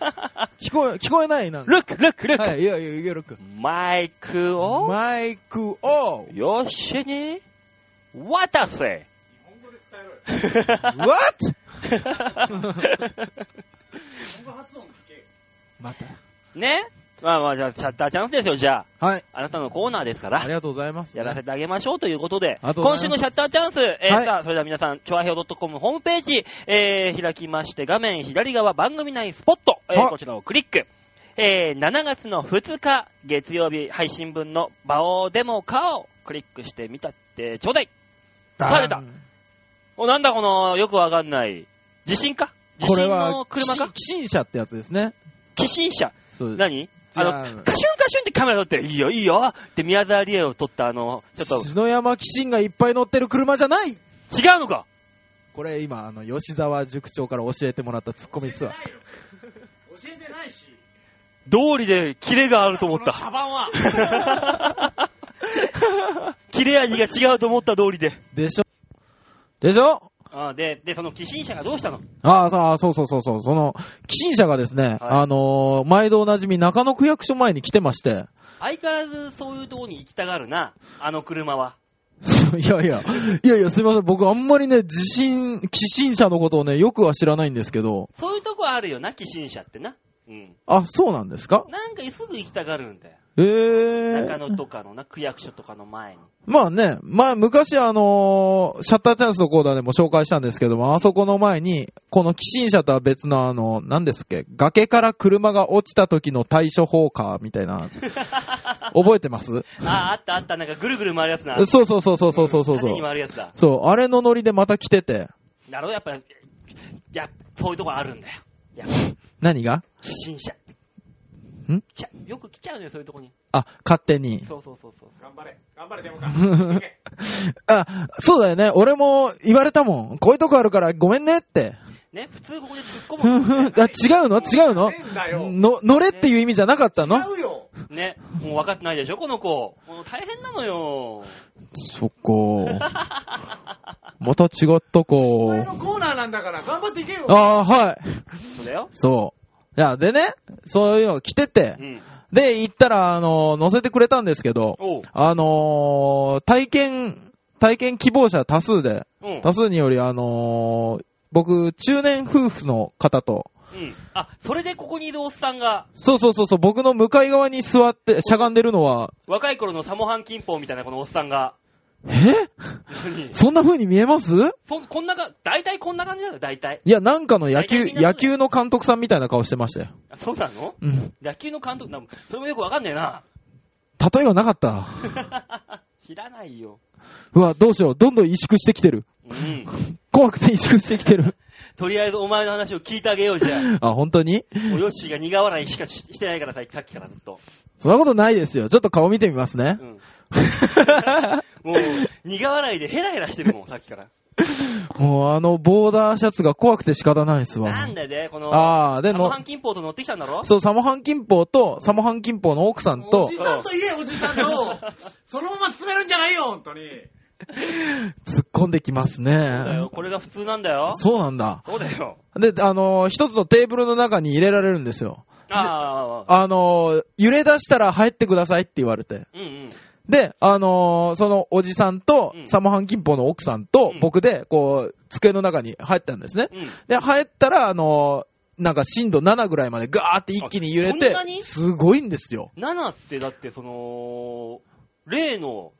聞こえ、聞こえないなんか。ルック、ルック、ルック。はい、いやいや、いや、ロック。マイクをマイクをヨッシーに渡せ。 What? ま ねまあまあ、じゃあ、シャッターチャンスですよ、じゃあ。た。はい。あなたのコーナーですからあり。がとうございます、やらせてあげましょうということで、ありがとうござ今います週のシャッターチャンス、えーはいさあ、それでは皆さん、チョアヘオ .com ホームページ、えー開きまして、画面左側番組内スポット、えーあこちらをクリック。えー7月の2日、月曜日配信分のバオデモカをクリックしてみたってちょうだい。さあ出た。お、なんだこの、よくわかんない。地震か地これ震はの、車かき新車ってやつですね。寄進車。そう。何あ違うの、カシュンカシュンってカメラ撮って、いいよいいよって宮沢りえを撮ったあの、ちょっと、篠山騎信がいっぱい乗ってる車じゃない違うのかこれ今、あの、吉沢塾長から教えてもらったツッコミツアー。教えてないし。道理でキレがあると思った。茶番は。 切れ味が違うと思った通りで。でしょでしょあで、で、その寄進者がどうしたのああ、さあ、そうそうそうそう、その、寄進者がですね、あのー毎度おなじみ中野区役所前に来てまして、 相変わらずそういうとこに行きたがるな、あの車は。いやいや、いやいや、すいません。僕あんまりね、地震、寄進者のことをね、よくは知らないんですけど、そういうとこあるよな、寄進者ってな。うん。あ、そうなんですかなんかすぐ行きたがるんだよ。ええ中ー。野とかのな、区役所とかの前に。まあね、まあ昔あのーシャッターチャンスのコーナーでも紹介したんですけども、あそこの前に、この寄進者とは別のあの、何ですっけ、崖から車が落ちた時の対処法か、みたいな、覚えてます あ、あったあった、なんかぐるぐる回るやつな。そうそうそうそうそうそうそう。縦に回るやつだ。そう、あれのノリでまた来てて、なるほど、やっぱ、いや、そういうとこあるんだよ。いや、何が寄進者。んきゃよく来ちゃうのよ、そういうとこに。あ、勝手に。そうそうそうそう。頑張れ、頑張れ、でもか。 あ、そうだよね。俺も言われたもん。こういうとこあるからごめんねって。ね、普通こ こで突っう込むん うんあ、違うの違うのねえんだよの、乗れっていう意味じゃなかったのうよ。ね、もう分かってないでしょ、この子。もう大変なのよ。そっか。また違ったか。コーナーなんだから、頑張っていけよ。ああー、はい。そうだよ。そう。いや、でね、そういうの来ててう、ん。で、行ったら、あの、乗せてくれたんですけど、おう。あのー体験、体験希望者多数で、うん。うん多。数により、あのー僕、中年夫婦の方と、あ、それでここにいるおっさんが、そうそうそうそう、僕の向かい側に座って、しゃがんでるのは、若い頃のサモハンキンポみたいなこのおっさんが、え何そんな風に見えますそ、こんなが、大体こんな感じなの大体。いや、なんかの野大体み球、んなそうだよ野球の監督さんみたいな顔してましたよ。あそうなのうん。野球の監督、なんそれもよくわかんねえな。例えがなかった。知らないよ。うわ、どうしよう。どんどん萎縮してきてる。うん。怖くて萎縮してきてる。とりあえずお前の話を聞いてあげよう じゃあ。あ、本当にもうヨッシーが苦笑いしかししてないからさ、さっきからずっと。そんなことないですよ。ちょっと顔見てみますねう。ん。もう、苦笑いでヘラヘラしてるもん、さっきから。 もうあのボーダーシャツが怖くて仕方ないっすわ。なんでね、この、ああ、でサモのハ、ンキンポート乗ってきたんだろそう、サモハンキンポーと、サモハンキンポーの奥さんおとじ、さんと言え、おじさん と。そのまま進めるんじゃないよ、本当に。突っ込んできますだねよ。これが普通なんだよ。そうなんだ。そうだよ。で、あのー、一つのテーブルの中に入れられるんですよ。ああ、あのー、揺れ出したら入ってくださいって言われて。うんうん。で、あのー、そのおじさんとう、んサモハンキンポーの奥さんとう、ん僕で、こう、机の中に入ったんですね。うん。で、入ったら、あのー、なんか震度7ぐらいまでガーって一気に揺れあそてんなに、すごいんですよ。 7ってだってその、例の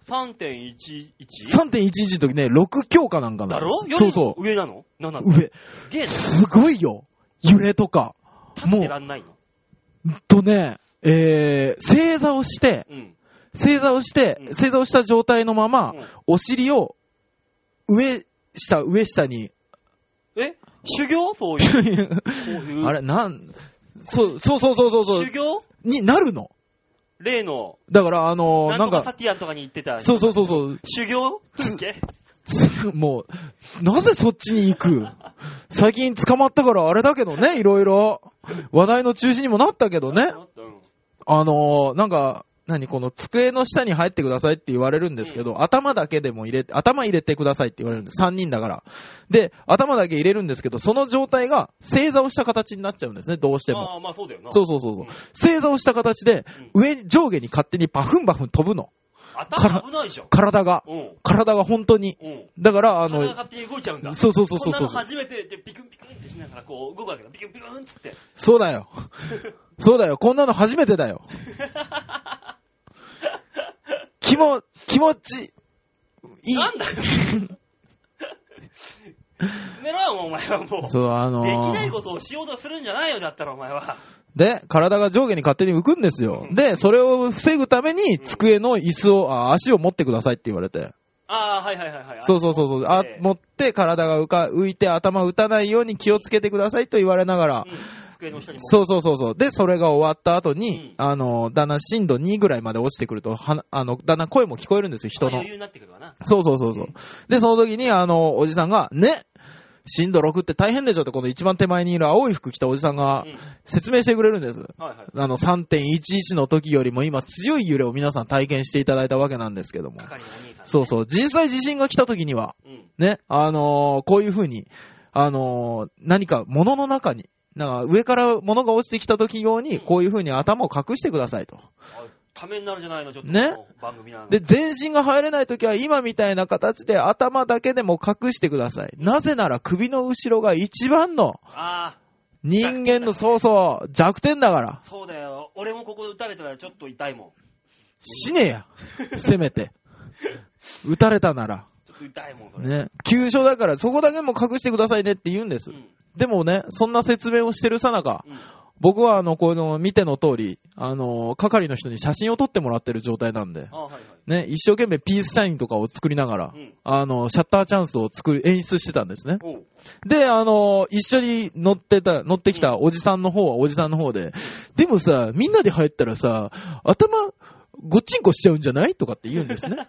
3.11? 3.11の時ね、6強かなんかだなんでろすよりそうそ上なの ?7 う。って。す上。げえな、すごいよ。揺れとか。立もっうてら、んないの。うんとね、えー、正座をして、うん。正座をして、うん正座をした状態のまま、うんお尻を、上、下、上、下に、え修行そういう。 そういうあれ、なん、そう、そうそうそうそうそう修、行になるの。例の、だから、あのーななんんとかサか、ティアンとかに行ってた。そうそうそうそう修行だっけつ、もう、 なぜそっちに行く最近捕まったからあれだけどね、いろいろ。話題の中心にもなったけどね。うんあのーなんか、何この机の下に入ってくださいって言われるんですけど、頭だけでも入れて、頭入れてくださいって言われるんです。3人だから。で、頭だけ入れるんですけど、その状態が正座をした形になっちゃうんですね、どうしても。ああ、まあそうだよな。そうそうそうそう。正座をした形で、上に、上下に勝手にバフンバフン飛ぶの。頭危ないじゃん。体が。うん。体が本当に。うん。だから、あ体がの、勝手に動いちゃうんだ。そうそうそうそうこそんなうの初めてでピクンピクンってしながらこう動くわけだ。ピクンピクンっつって。そう だよ。そうだよ。こんなの初めてだよ。気も、気持ち、いい。なんだよ。進めろよ、もうお前はもう。そう、あのでーきないことをしようとするんじゃないよ、だったらお前は。で、体が上下に勝手に浮くんですよう。んで、それを防ぐために、机の椅子を、あ足を持ってくださいって言われて。ああ、はいはいはいはい。そうそうそうそう。あえ、え持って体が浮か、浮いて頭打たないように気をつけてくださいと言われながらう。ん。机の下にも。そうそうそうそう。で、それが終わった後に、うあの、だんだん震度2ぐらいまで落ちてくると、はなあの、だんだん声も聞こえるんですよ、人まあの余。裕になってくるわな。そうそうそうそう。で、その時に、あの、おじさんが、ね、震度6って大変でしょって、この一番手前にいる青い服着たおじさんがうん。説明してくれるんです。はいはい。あの、3.11の時よりも今強い揺れを皆さん体験していただいたわけなんですけども。係のお兄さん。そうそう。実際地震が来た時には、う。うん。ね、あのーこういう風に、あのー何か物の中に、なんか上から物が落ちてきた時用に、こういう風に頭を隠してくださいと。あためになるじゃないの、ちょっと。ね。番組なの。で、全身が入れない時は今みたいな形で頭だけでも隠してください。なぜなら首の後ろが一番のあ人間の、そうそう、弱点だからあ、。そうだよ。俺もここで打たれたらちょっと痛いもん。死ねや。せめて。撃たれたなら。ちょっと痛いもん、それ。ね。急所だから、そこだけも隠してくださいねって言うんですう。ん。でもね、そんな説明をしてるさなか、うん。僕はあの、この、見ての通り、あの、係の人に写真を撮ってもらってる状態なんで、ああ、はいはい。ね、一生懸命ピースサインとかを作りながらうん、あの、シャッターチャンスを作る、演出してたんですね。おう。で、あの、一緒に乗ってた、乗ってきたおじさんの方はおじさんの方で、でもさ、みんなで入ったらさ、頭、ごっちんこしちゃうんじゃないとかって言うんで すね。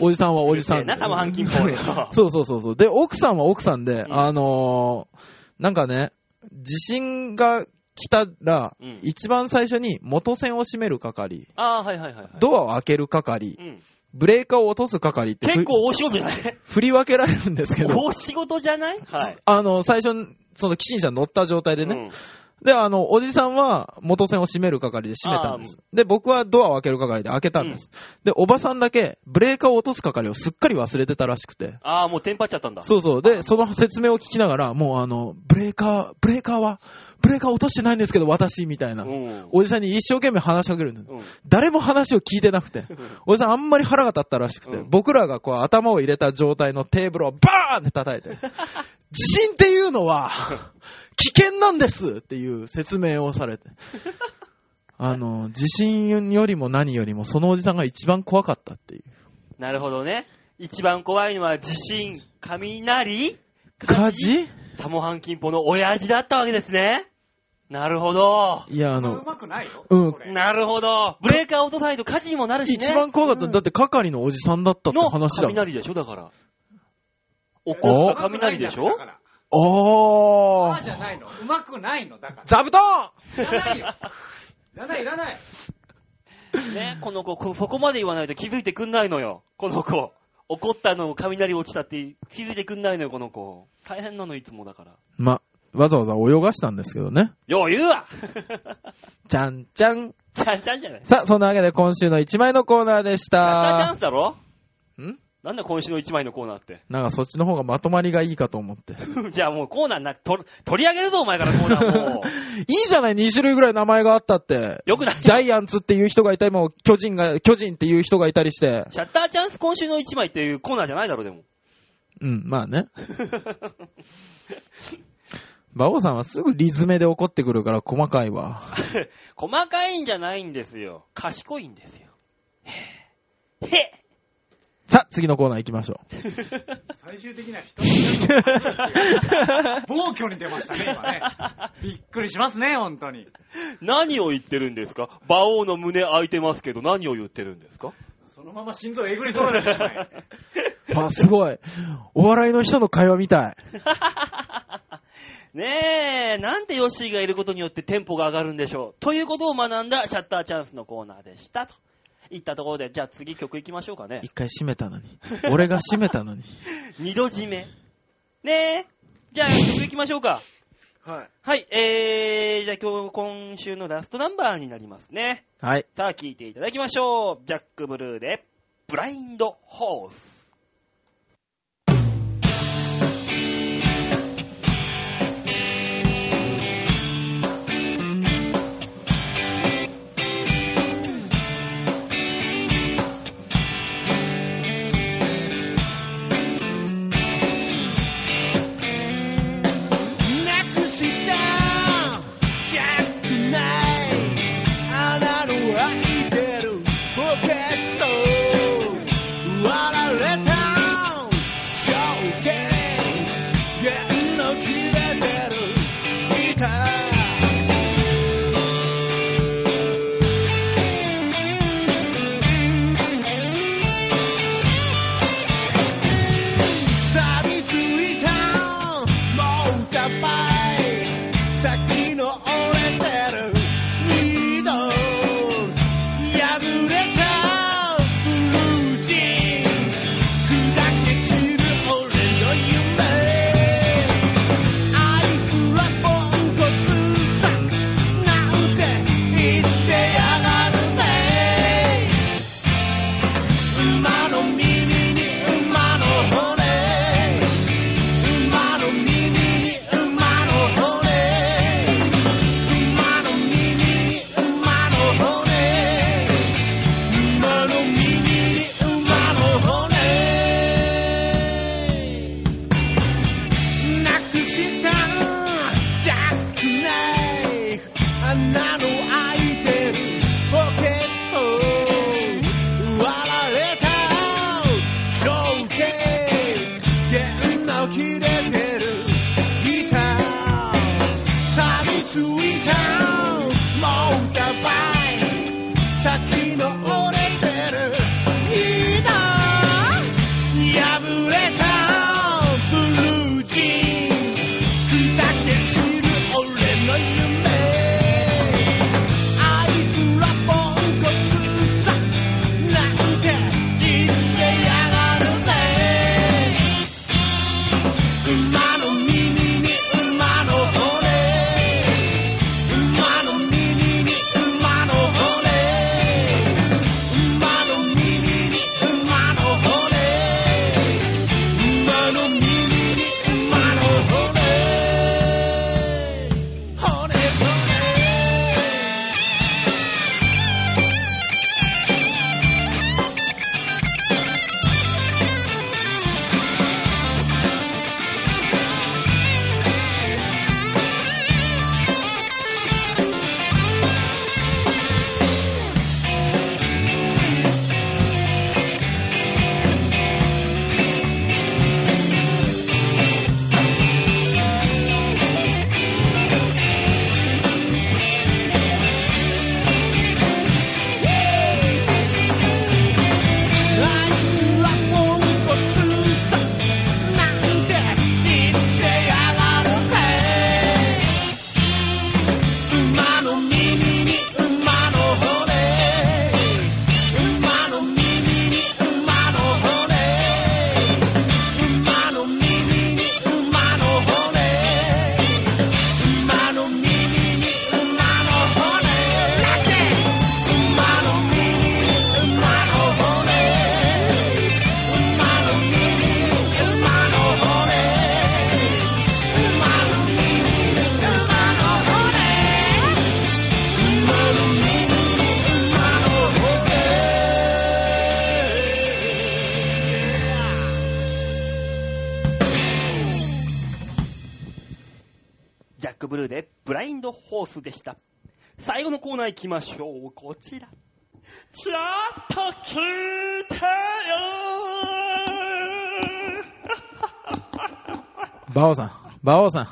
おじさんはおじさうるんせえで。な玉半金棒よ そうそうそうそう。で、奥さんは奥さんで、んあのーなんかね、地震が来たら、うん一番最初に元栓を閉める係、ああ、はいはいはいはい。ドアを開ける係う、ん。ブレーカーを落とす係ってふ結構大仕事じゃない振り分けられるんです けど、大仕事じゃないはい。あの、最初、その、寄進者乗った状態でね、うんで、あの、おじさんは元栓を閉める係で閉めたんです。で、僕はドアを開ける係で開けたんです。で、おばさんだけブレーカーを落とす係をすっかり忘れてたらしくて。ああ、もうテンパっちゃったんだ。そうそう。で、その説明を聞きながら、もうあの、ブレーカー、ブレーカーは、ブレーカー落としてないんですけど、私、みたいな。うん。おじさんに一生懸命話しかけるんです。うん。誰も話を聞いてなくて、おじさんあんまり腹が立ったらしくて、うん僕らがこう頭を入れた状態のテーブルをバーンって叩いて、地震っていうのは、危険なんですっていう説明をされて。あの、地震よりも何よりもそのおじさんが一番怖かったっていう。なるほどね。一番怖いのは地震、雷、火事サモハンキンポの親父だったわけですね。なるほど。いや、あうの、まくないよ。うんこれなるほど。ブレーカー落とさないと火事にもなるしね。一番怖かったの、だって係のおじさんだったっての話だもん。雷でしょ、だから。起こった雷でしうまょくないんだからああーじゃないの。うまくないの、だ かー。座布団ら。いらないよ。いらない、いらない。ね、この子、こそこまで言わないと気づいてくんないのよ、この子。怒ったの、雷落ちたって気づいてくんないのよ、この子。大変なの、いつもだから。ま、わざわざ泳がしたんですけどね。よう言うわ じゃんじゃん。ちゃんちゃんじゃない。ちさあ、そんなわけで今週の一枚のコーナーでゃんしチャた ン。スだろんなんだ今週の一枚のコーナーって。なんかそっちの方がまとまりがいいかと思って。じゃあもうコーナーな、と取り上げるぞ、お前からコーナー もう。いいじゃない ?2 種類ぐらい名前があったって。よくないジャイアンツっていう人がいたりも、巨人が、巨人っていう人がいたりして。シャッターチャンス今週の一枚っていうコーナーじゃないだろ、でも。うん、まあね。 馬王さんはすぐリズメで怒ってくるから細かいわ。細かいんじゃないんですよ。賢いんですよ。へえ。へえさあ、次のコーナー行きましょう。最終的には人の中の暴挙に出ましたね、今ね。びっくりしますね、本当に。何を言ってるんですか馬王の胸開いてますけど何を言ってるんですかそのまま心臓えぐり取られてしまい。あ、すごい。お笑いの人の会話みたい。ねえ、なんでヨッシーがいることによってテンポが上がるんでしょうということを学んだシャッターチャンスのコーナーでした。といったところで、じゃあ次曲行きましょうかね。一回閉めたのに。俺が閉めたのに。二度締め。ねえ、じゃあ曲行きましょうか。はい。はい、えー、じゃあ今日、今週のラストナンバーになりますね。 はい。さあ聴いていただきましょう。ジャック・ブルーで、ブラインド・ホース。なくしたじゃないあなの開いてるポケット割られたックブルーでブラインドホースでした。最後のコーナー行きましょう。こちら。ちょっと聞いてよバオさん、バオさん。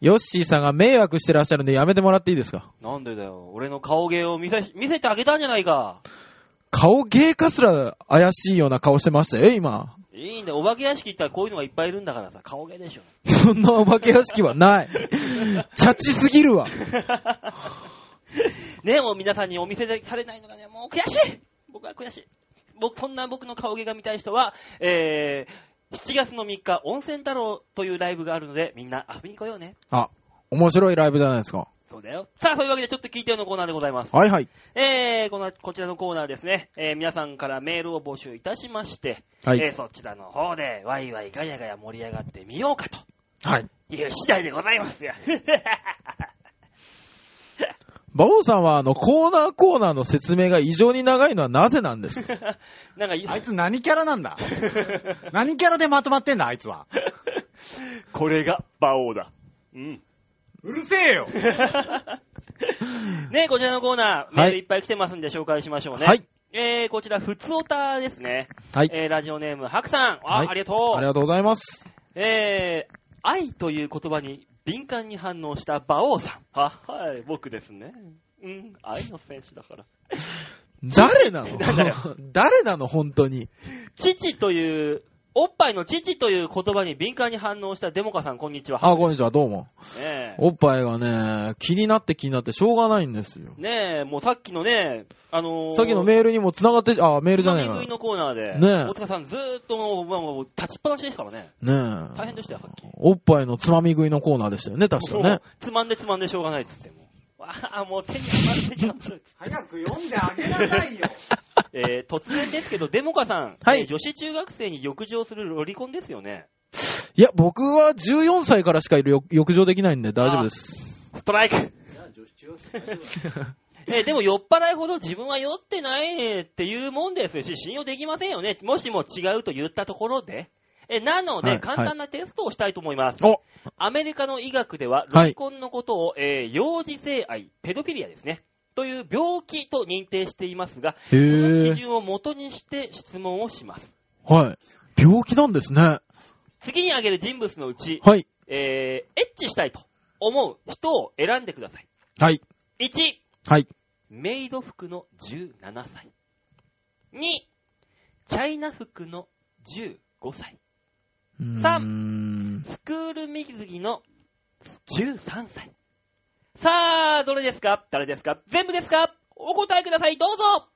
ヨッシーさんが迷惑してらっしゃるんでやめてもらっていいですかなんでだよ。俺の顔芸を見せ、見せてあげたんじゃないか。顔芸かすら怪しいような顔してましたよ、今。いいんだよ。お化け屋敷行ったらこういうのがいっぱいいるんだからさ、顔芸でしょ。そんなお化け屋敷はない。チャチすぎるわ。ねえ、もう皆さんにお見せされないのがね、もう悔しい僕は悔しい。僕、そんな僕の顔芸が見たい人は、えー、7月の3日、温泉太郎というライブがあるので、みんな遊びに来ようね。あ、面白いライブじゃないですか。そうだよ。さあ、そういうわけでちょっと聞いてよのコーナーでございます。はいはい。えー、この、こちらのコーナーですね、えー、皆さんからメールを募集いたしまして、はえい。ー、そちらの方で、ワイワイガヤガヤ盛り上がってみようかとはい。いう次第でございますよ。 バオさんはあの、コーナーコーナーの説明が異常に長いのはなぜなんですかなんかい、あいつ何キャラなんだ何キャラでまとまってんだ、あいつは。これが、馬王だ。うん。うるせえよ ねこちらのコーナー、メールいっぱい来てますんで紹介しましょうね。はい。えー、こちら、ふつおたですね。はい。えー、ラジオネーム、ハクさん。あ、はいありがとありう。がとうございます。えー、愛という言葉に敏感に反応した馬王さん。あ、はい、僕ですね。うん、愛の選手だから。誰なの誰だ 誰なの本当に。父という、おっぱいの父という言葉に敏感に反応したデモカさん、こんにちは。あ、こんにちは、どうも。ねえ。おっぱいがね、気になって気になってしょうがないんですよ。ねえ、もうさっきのね、あのー、さっきのメールにも繋がって、あ、メールじゃないつまかみ食いのコーナーで、ねえ大塚さんずーっともう、まあもう立ちっぱなしですからね。な。ねえ。大変でしたよ、さっき。おっぱいのつまみ食いのコーナーでしたよね、確かもねう。つまんでつまんでしょうがないっつってもう。ああ、もう手に余ってちゃう。 早く読んであげなさいよ。えー、突然ですけど、デモカさん。はいえー女子中学生に浴場するロリコンですよね。いや、僕は14歳からしかいるよ浴場できないんで大丈夫です。ストライクじゃあ女子中学生大丈夫だえー、でも酔っ払いほど自分は酔ってないっていうもんですし、信用できませんよね。もしも違うと言ったところで。えー、なので、はい簡単なテストをしたいと思います。おアメリカの医学では、はいロリコンのことを、えー幼児性愛、ペドフィリアですね。という病気と認定していますが、へそのえ基。準を元にして質問をします。はい。病気なんですね。次に挙げる人物のうち、はい。えー、エッチしたいと思う人を選んでください。はい。 1、はい。メイド服の17歳。2、チャイナ服の15歳。うーんスクール水着の13歳。さあ、どれですか誰ですか全部ですかお答えください、どうぞ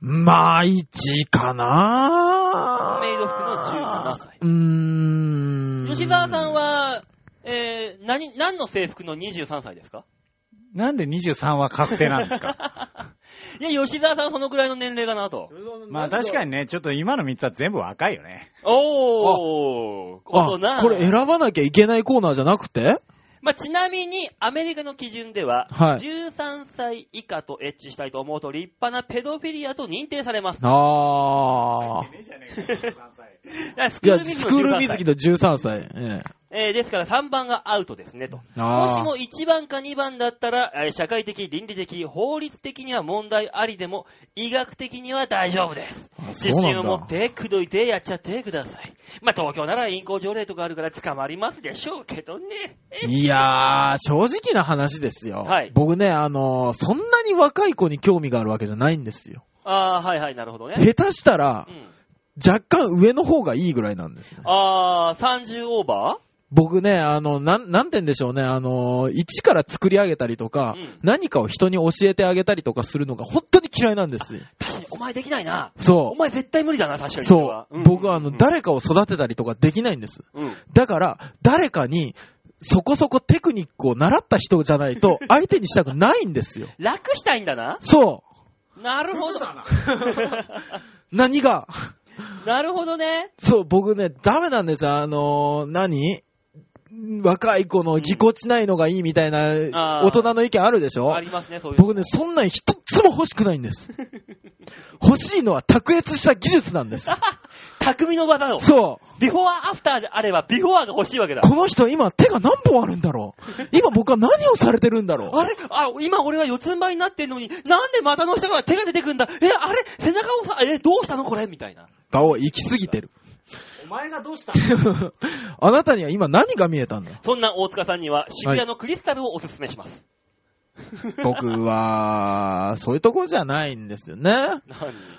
まあ、1かなメイド服の17歳。うーん。吉沢さんは、えー、何、何の制服の23歳ですかなんで23は確定なんですか いや、吉沢さんそのくらいの年齢かなと。まあ確かにね、ちょっと今の3つは全部若いよね。おー、大人あ、これ選ばなきゃいけないコーナーじゃなくてまあ、ちなみに、アメリカの基準では、はい13歳以下とエッチしたいと思うと立派なペドフィリアと認定され ます。ああ。だからスいクーや、ル水ス着クの13ール水歳着。の13歳。えええーですから3番がアウトですね、と。もあしーも1番か2番だったら、えー社会的、倫理的、法律的には問題ありでも、医学的には大丈夫です。あそう自なんだ信を持って、口説いてやっちゃってください。まあ、東京なら銀行条例とかあるから捕まりますでしょうけどね。いやー、正直な話ですよ。はい僕ね、あのーそんなに若い子に興味があるわけじゃないんですよ。ああ、はいはい、なるほどね。下手したらう、ん。若干上の方がいいぐらいなんですね。ああ、30オーバ僕ね、あの、なん、なんて言うんでしょうね、あのー一から作り上げたりとか、うん何かを人に教えてあげたりとかするのが本当に嫌いなんですよ。ー確かに、お前できないな。おそ前絶対無理だな、確かう。に。そう。僕はあの、うん、誰かを育てたりとかできないんです。うん。だから、誰かに、そこそこテクニックを習った人じゃな いと、相手にしたくないんですよ。楽したいんだな。そなるほど。う。何が、 なるほどね。そう、僕ね、ダメなんですよ。あのー何若い子のぎこちないのがいいみたいな、あー大人の意見あるでしょありますね、そういうの。僕ね、そんなん 一つも欲しくないんです。欲しいのは卓越した技術なんです。匠の技の。そビフォーアフターであれば、ビフォーが欲しいわけだう。。この人今手が何本あるんだろう今僕は何をされてるんだろうあれあ、今俺は四つん這いになってんのに、なんで股の下から手が出てくんだえ、あれ背中をさ、え、どうしたのこれみたいな。顔行き過ぎてる。お前がどうした あなたには今何が見えたんだそんな大塚さんには、渋谷のクリスタルをおすすめします。僕は、そういうところじゃないんですよね。何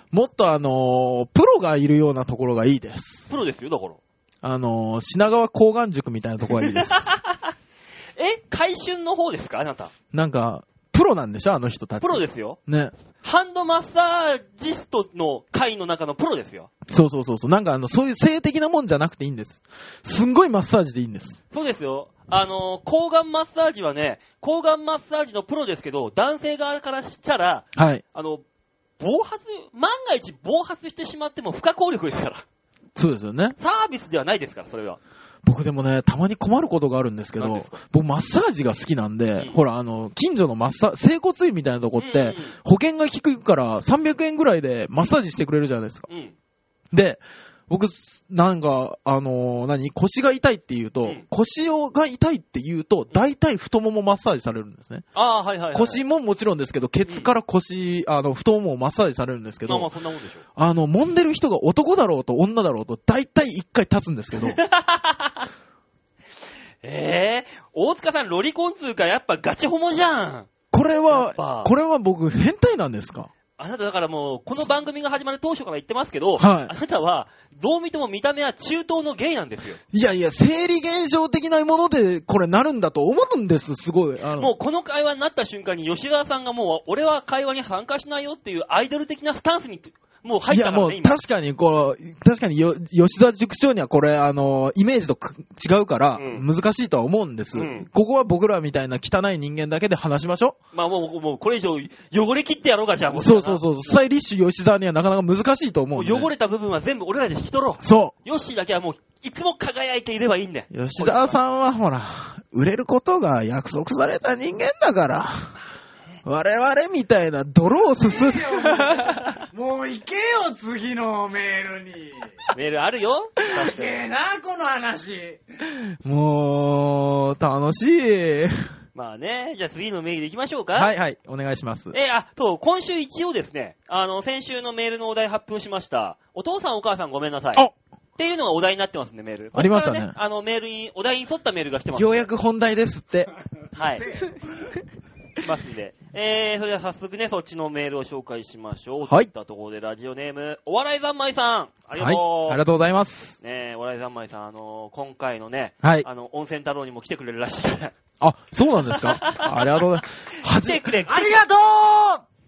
もっとあのープロがいるようなところがいいです。プロですよ、だから。あのー品川高岩塾みたいなところがいいです。 え、回春の方ですかあなた。なんか、プロなんでしょあの人たち。プロですよ。ね。ハンドマッサージストの会の中のプロですよ。そうそうそうそう。なんかあの、そういう性的なもんじゃなくていいんです。すんごいマッサージでいいんです。そうですよ。あのー、抗がんマッサージはね、抗がんマッサージのプロですけど、男性側からしたら、はい。あの、暴発、万が一暴発してしまっても不可抗力ですから。そうですよね。サービスではないですから、それは。僕でもね、たまに困ることがあるんですけ何でどすか、僕マッサージが好きなんで、うんほらあの、近所のマッサー整骨院みたいなとこって、うんうん保険が低いから300円ぐらいでマッサージしてくれるじゃないですか。うん。で、僕、すなんか、あのー何腰が痛いって言うと、うん腰をが痛いって言うと、大体太ももマッサージされるんですね。ああ、はいはい、はい。腰ももちろんですけど、ケツから腰、あの、太ももをマッサージされるんですけまあまあど、そんなもんでしょう。あの、揉んでる人が男だろうと女だろうと、大体一回立つんです けど、ええ大塚さんロリコン通かやっぱガチホモじゃん。これやっぱは、これは僕、変態なんですかあなただからもう、この番組が始まる当初から言ってますけど、はあいなたは、どう見ても見た目は中東のゲイなんですよ。いやいや、生理現象的なもので、これなるんだと思うんです、すごい。あのもうこの会話になった瞬間に吉沢さんがもう、俺は会話に参加しないよっていうアイドル的なスタンスに、もう入いったやかもらうね、今。確かにこう、確かによ吉田塾長にはこれ、あの、イメージとく違うから、うん難しいとは思うんです、うんここは僕らみたいな汚い人間だけで話しましょまあもう、もうこれ以上汚れ切ってやろうか、じゃあもう。う。そうそうそう。スタイリッシュ吉沢にはなかなか難しいと思もううんで、ね。汚れた部分は全部俺らで引き取ろう。そヨッシーだけはもう、いつも輝いていればいいんだう。よ。吉沢さんはほら、売れることが約束された人間だから、我々みたいな泥をす すって、もう行けよ、次のメールに。メールあるよ。行けな、この話。もう、楽しい。まあね、じゃあ次のメールで行きましょうか。はいはい、お願いします。えーあ、そう、今週一応ですね、あの、先週のメールのお題発表しました。お父さんお母さんごめんなさい。あっていうのがお題になってますね、メール。ありましたねここからあの、メールに、お題に沿ったメールが来てます。ようやく本題ですって。はい。ね来ますんで。えー、それでは早速ね、そっちのメールを紹介しましょう。はいといったところで、ラジオネーム、お笑い三昧さん。ありがはいとう。、ありがとうございます。ねえ、お笑い三昧さん、あのー今回のね、はい。あの、温泉太郎にも来てくれるらしい から。あ、そうなんで すかありがとうございます。は来てじ、くれ、ありがと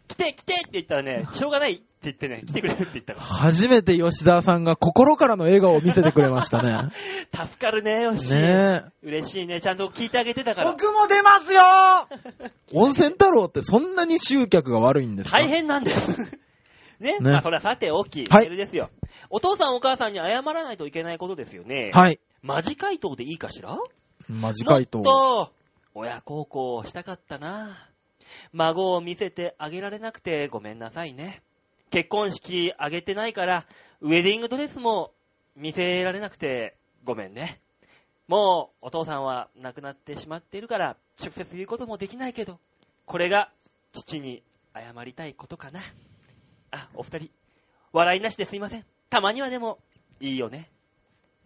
来て、来てって言ったらね、しょうがないって言ってね、来てくれるって言った から。初めて吉沢さんが心からの笑顔を見せてくれまし たね。助かるね、よし。ねえ。嬉しいね。ちゃんと聞いてあげてたうから。僕も出ますよ温泉太郎ってそんなに集客が悪いんですか大変なんです。 ね。ねまあ、それはさておき、はいメールですよ。お父さんお母さんに謝らないといけないことですよね。はい。マジ回答でいいかしらマジ回答もっ。と、親孝行をしたかったな。孫を見せてあげられなくてごめんなさいね。結婚式あげてないから、ウェディングドレスも見せられなくてごめんね。もうお父さんは亡くなってしまっているから、直接言うこともできないけど、これが父に謝りたいことかな。あ、お二人、笑いなしですいません。たまにはでも、いいよね。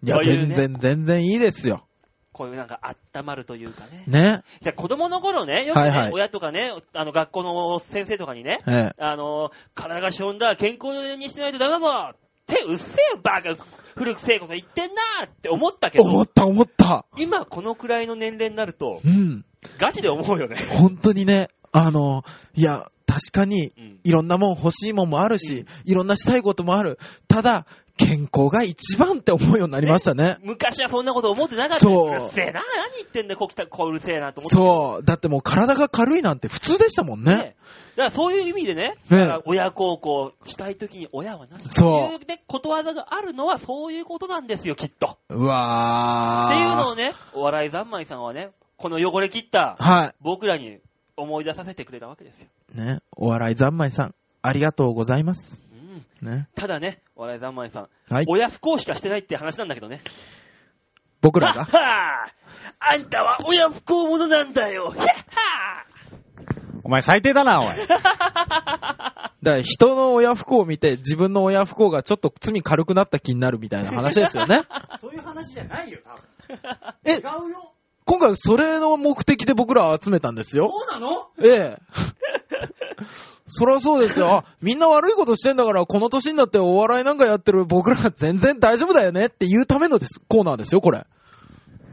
いや、こういう全ね然、全然いいですよ。こういうなんか温まるというかね。ね。いや、子供の頃ね、よくね、はいはい親とかね、あの、学校の先生とかにね、ええ。あの、体がしょんだ、健康にしないとダメだぞって、うっせえよ、バカ古くせえこと言ってんなって思ったけ思どっ、た、思った。今このくらいの年齢になるとう、ん。ガチで思 うよね。本当にね、あの、いや、確かに、うん。いろんなもん欲しいもんもあるし、いろんなしたいこともある。ただ、健康が一番って思うようになりましたね。昔はそんなこと思ってなかったよそううっせえな、何言ってんだよ、こう来た、こううるせえなと思って。そう。だってもう体が軽いなんて普通でしたもんね。ねだからそういう意味でね、ねだから親孝行したいときに親は何そうっていうねことわざがあるのはそういうことなんですよ、きっと。うわっー。ていうのをね、お笑い三昧さんはね、この汚れ切ったは僕らに思い出させてくれたわけですよ。い。ね。お笑い三昧さん、ありがとうございます。うん。ね。ただね、お笑い三昧さん、はい。親不幸しかしてないって話なんだけどね。僕らはっが。はーあんたは親不幸者なんだよへっはお前最低だな、おい。だから人の親不幸を見て自分の親不幸がちょっと罪軽くなった気になるみたいな話です よね。そういう話じゃないよ、多分。え、違うよ。今回それの目的で僕ら集めたんですよ。うなのええ。 そりゃそうですよ。あみんな悪いことしてんだから、この年になってお笑いなんかやってる僕らは全然大丈夫だよねっていうためのですコーナーですよ、これ。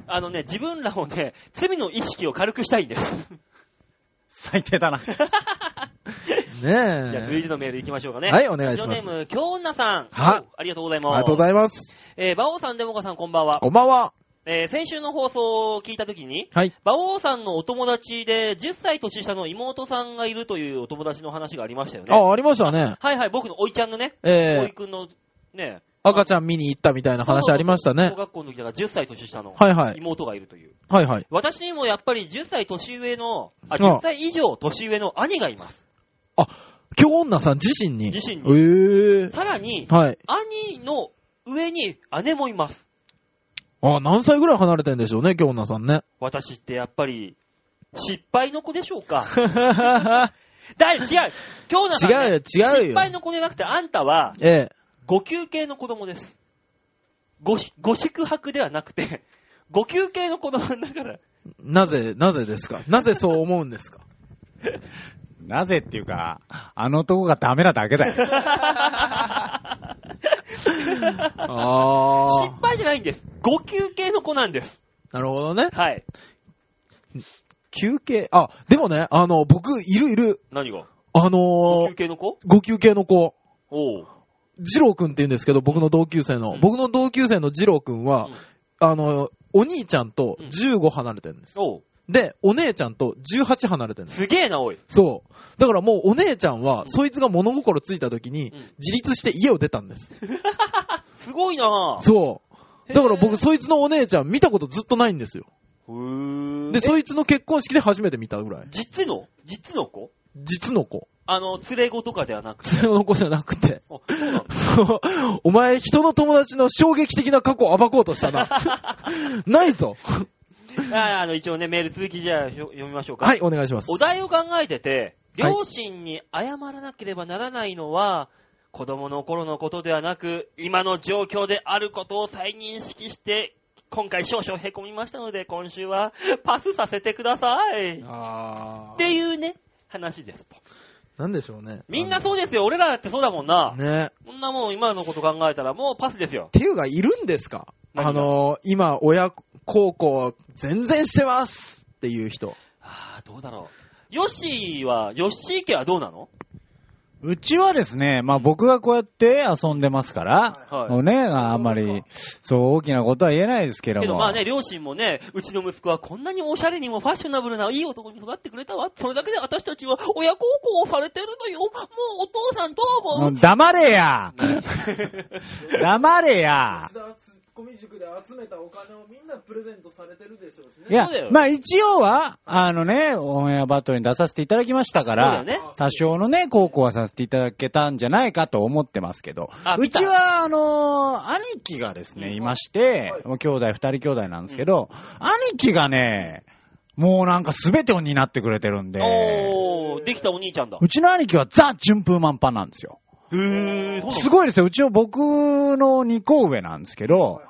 あのね、自分らをね、罪の意識を軽くしたいんです。最低だな。じゃあ、ねえ。類似のメール行きましょうかね。はいお願いしまラすジオネーム、京女さん。はおありがとうございあまりす。がとうございます。えー、馬王さん、デモカさん、こんばんは。こんばんは。えー、先週の放送を聞いたときに、はい。馬王さんのお友達で10歳年下の妹さんがいるというお友達の話がありましたよね。あ、ありましたね。はいはい、僕のおいちゃんのね、おえいえ。くんのね、赤ちゃん見に行ったみたいな話ありましたね小。学校の時だから10歳年下のはいはい。妹がいるという。はいはい。私にもやっぱり10歳年上の、あ、うん10歳以上年上の兄がいます。今日女さん自身に。自身にに。えさらにえ。、はい。兄の上に姉もいます。あ、何歳ぐらい離れてんでしょうね、今日女さんね。私ってやっぱり、失敗の子でしょう かだい、違う今日の違うよ、違う失よ。敗の子じゃなくて、あんたは、ええ。五級系の子供です。ごし、ご宿泊ではなくて、 五級系の子供だから。なぜ、なぜですかなぜそう思う んですかなぜっていうか、あの男がダメなだけだよ。あ失敗じゃないんです。五級系の子なんです。なるほどね。はい。休憩。あ、でもね、あの、僕、いるいる。何があ五の級ー、系の子ご休憩の子。おう。ジローくんって言うんですけど、僕の同級生の。うん僕の同級生のジローくんは、うんあの、お兄ちゃんとうん15離れてるんです。おう。で、お姉ちゃんと18離れてるんです。すげえな、おい。そう。だからもうお姉ちゃんは、んそいつが物心ついた時にうん、自立して家を出たんです。すごいなそう。だからへー僕、そいつのお姉ちゃん見たことずっとないんですよ。ふーで、そいつの結婚式で初めて見たぐらい。実の実の子実の子。あの、連れ子とかではなくて。その子じゃなくて。 あ、そうなんだ。お前、人の友達の衝撃的な過去を暴こうとした な。ないぞ。ああの、一応ね、メール続きじゃあひょ読みましょうか。はい、お願いしますお。題を考えてて、はい両親に謝らなければならないのは、子供の頃のことではなく、今の状況であることを再認識して、今回少々凹みましたので、今週はパスさせてください。っあていうね、話ですと。なんでしょうね。みんなそうですよ。俺らだってそうだもんな。ね。こんなもん今のこと考えたらもうパスですよ。ていうか、いるんですか何があのー、今、親孝行全然してますっていう人。ああ、どうだろう。ヨッシーは、ヨッシー家はどうなのうちはですね、まあ僕がこうやって遊んでますから、はいもうね、あんまり、そう大きなことは言えないですけども。けどまあね、両親もね、うちの息子はこんなにオシャレにもファッショナブルないい男に育ってくれたわ。それだけで私たちは親孝行をされてるのよ。もうお父さんどうも思うう黙れや何黙 れ田やツッコミ塾で集めたお金をみんなプレゼントされてるでしょうしねいやそうだよ、まあ一応は、あのね、オンエアバトルに出させていただきましたそかうだよら、ね。多少のね、高校はさせていただけたんじゃないかと思ってますけどあ、う見たちは、あのー、兄貴がですね、うんいまして、もう兄弟、二人兄弟なんですけど、兄貴がね、もうなんか全てを担ってくれてるん で、おー、できたお兄ちゃんだ。うちの兄貴はザ・順風満帆なんですよ。へー、そうなすごいですよ。うちの僕の2個上なんですけど、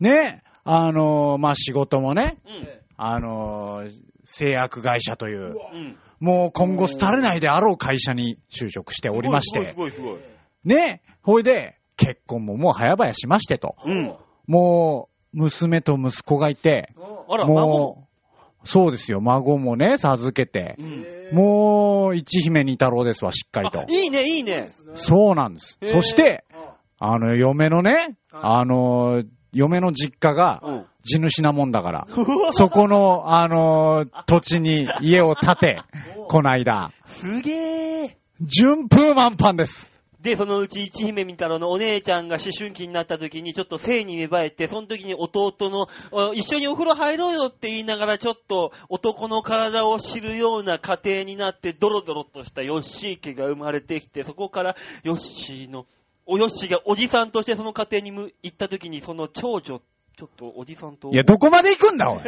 ね、あのー、まあ、仕事もね、のあのー、製薬会社という、うん。うん。もう今後廃れないであろう会社に就職しておりましすて、ごいすごいすごい。ね、ほいで、結婚ももう早々しましてと、うん。もう、娘と息子がいて、あら、孫。もう、そうですよ、孫もね、授けてう、ん。もう、一姫二太郎ですわ、しっかりあと。いいね、いいね。そうなんです。へーそして、あの、嫁のね、あの、嫁の実家が、うん。地主なもん だから、そこの、あの、土地に家を建て、こないだ、すげー。順風満帆です。で、そのうち一姫みたろのお姉ちゃんが思春期になった時にちょっと性に芽生えて、その時に弟の、あ一緒にお風呂入ろうよって言いながらちょっと男の体を知るような家庭になって、ドロドロとしたヨッシー家が生まれてきて、そこからヨッシーのおよしがおじさんとしてその家庭にむ行った時に、その長女、ちょっとおじさんと。いや、どこまで行く んだ、おい。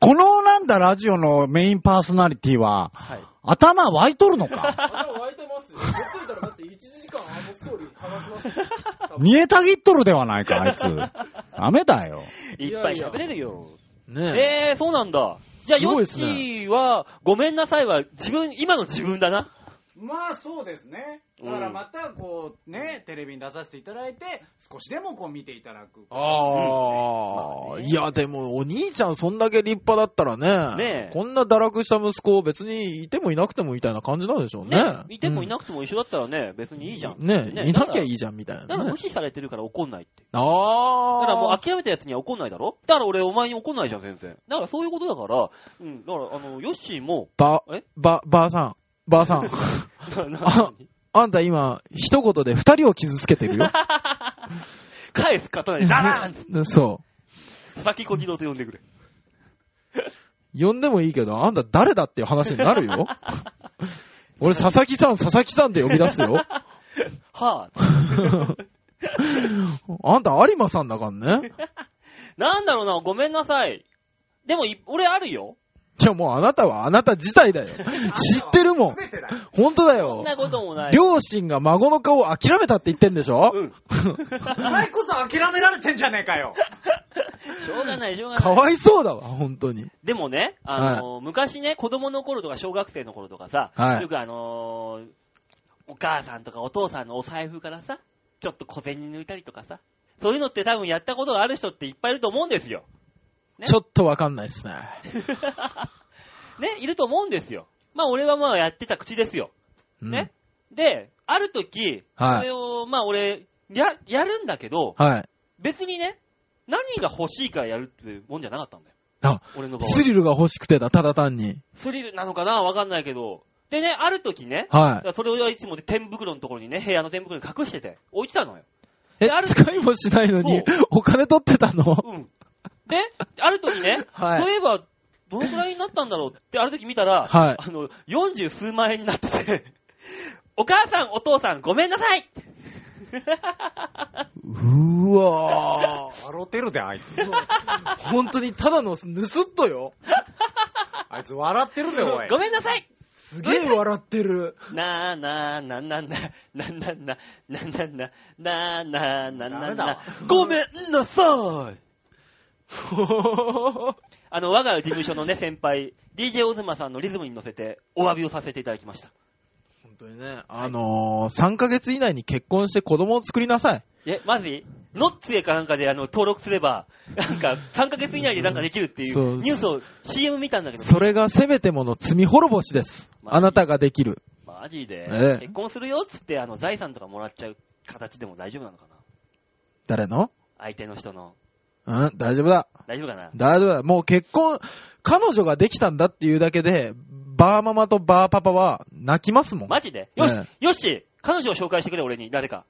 このなんだ、ラジオのメインパーソナリティは、はい。頭湧いとるの か。頭湧いてますよ。ほっといたらだって1時間あのストーリー話しますよ。多分煮えたぎっとるではないか、あいつ。ダメだよ。いっぱい喋れるよ。ねええー、そうなんだ。じゃあ、すヨごいッっすシねーは、ごめんなさいは、自分、今の自分だな。まあそうですね。だからまたこうね、テレビに出させていただいて、少しでもこう見ていただ く。ああ、いや、でも、お兄ちゃん、そんだけ立派だったらね、ねえこんな堕落した息子を別にいてもいなくてもみたいな感じなんでしょうね。ね。いてもいなくても一緒だったらね、別にいいじゃん。ねえ、いなきゃいい。いじゃんみたいだな、からね無。視されてるから怒んないって。ああ。だからもう諦めたやつには怒んないだろだから俺お前に怒んないじゃん、全然。だからそういうことだから、うん、だからあの、ヨッシーも、ばえ、ば、ばあさん、ば あさん、ななあんた今、一言で二人を傷つけてるよ。返す刀で、ダラーンって、 そ先小次郎と呼んでくれ。う。呼んでもいいけど、あんた誰だっていう話にな るよ。俺、佐々木さん、佐々木さんって呼び出す よ。はぁ、あんた有馬さんだからね。なんだろうな、ごめんなさい。でもい、俺あるよ。いや、もうあなたはあなた自体だよ。 知ってるもん。全てだよ。本当だそよん。なこともない。両親が孫の顔を諦めたって言ってんでしょうん。お前こそ諦められてんじゃねえかよ。しょうがない、しょうがない。かわいそうだわ、本当に。でもね、あのー昔ね、子供の頃とか小学生の頃とかさ、はいよくあのーお母さんとかお父さんのお財布からさ、ちょっと小銭抜いたりとかさ、そういうのって多分やったことがある人っていっぱいいると思うんですよ。 ねちょっとわかんないっすね。ね、いると思うんですよ。まあ俺はまあやってた口ですよ。うんね。で、ある時、はいそれを、まあ俺、や、やるんだけど、はい。別にね、何が欲しいからやるってもんじゃなかったんだよ。あ俺の場合。スリルが欲しくてだ、ただ単に。スリルなのかなわかんないけど。でね、ある時ね、だはからそれをいつもで天袋のところにね、部屋の天袋に隠してて、置いてたのよ。い。えであ、る使いもしないのに、お金取ってたの うん。で、ある時ね、はいそういえば、どのくらいになったんだろうって、ある時見たら、はいあの、40数万円になってて、 お母さん、お父さん、ごめんなさいってうーわ笑ってるで、あいつ。ー。本当にただの盗っとよ。あいつ笑ってるで、お い。ごめんなさいすげえ笑ってる。なーなーなんなんな、なんなんな、なんなんな、なーなーなんダなメんだなわ、ごめんなさい あの、我が事務所のね、先輩、DJ オズマさんのリズムに乗せて、お詫びをさせていただきました。本当にね、あのー、3ヶ月以内に結婚して子供を作りなさい。え、マジノッツエかなんかであの登録すれば、なんか3ヶ月以内でなんかできるっていそううニュースを CM 見たんだけど、それがせめてもの罪滅ぼしです。まああなたができる。マジえでえ、結婚するよっつってあの財産とかもらっちゃう形でも大丈夫なのかな誰の相手の人の。うん、大丈夫だ。大丈夫かな大丈夫だ。もう結婚、彼女ができたんだっていうだけで、バーママとバーパパは泣きますもん。マジでよしえ、よし彼女を紹介してくれ、俺に。誰か。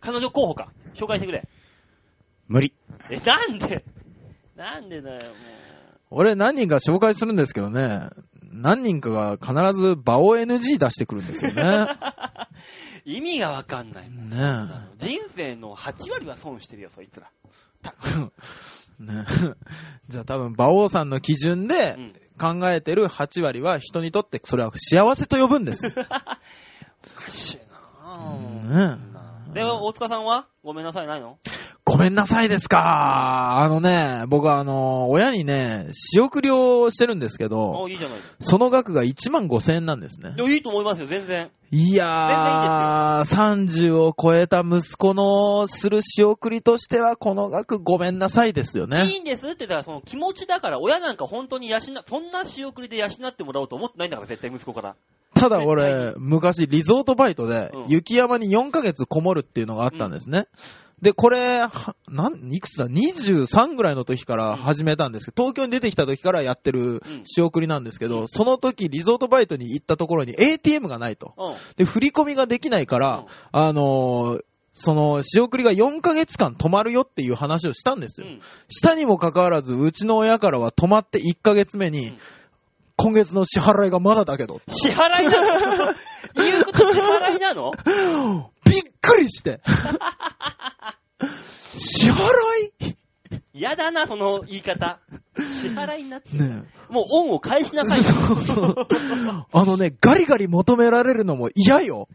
彼女候補か。紹介してくれ。無理。え、なんでなんでだよ、も俺何人か紹介するんですけどね、何人かが必ず場を NG 出してくるんですよね。う。意味がわかんない。ねあの人生の8割は損してるよ、そいつら。え。ねえ。じゃあ多分、馬王さんの基準でうん考えてる8割は人にとってそれは幸せと呼ぶんです。おかしいなねえぁ。で、大塚さんはごめんなさい、ないのごめんなさいですか。あのね、僕はあの、親にね、仕送りをしてるんですけど、あ、いいじゃないですその額が1万5千円なんですねか。。でもいいと思いますよ、全然。いやー、30を超えた息子のする仕送りとしては、この額ごめんなさいですよいね。いんですって言ったら、その気持ちだから、親なんか本当に養、そんな仕送りで養ってもらおうと思ってないんだから、絶対息子から。ただ俺、昔リゾートバイトでうん、雪山に4ヶ月こもるっていうのがあったんですね。で、これ、はなん、いくつだ ?23 ぐらいの時から始めたんですけど、東京に出てきた時からやってる仕送りなんですけど、その時リゾートバイトに行ったところに ATM がないと。うん。で、振り込みができないから、あのーその、仕送りが4ヶ月間止まるよっていう話をしたんですうよ。ん。したにもかかわらず、うちの親からは止まって1ヶ月目に、うん今月の支払いがまだだけど、 支払いなの言うこと支払いなのびっくりして。支払いやだな、その言い方。支払いになって。ねえ。もう恩を返しなさい。そ うそう。あのね、ガリガリ求められるのも嫌よ。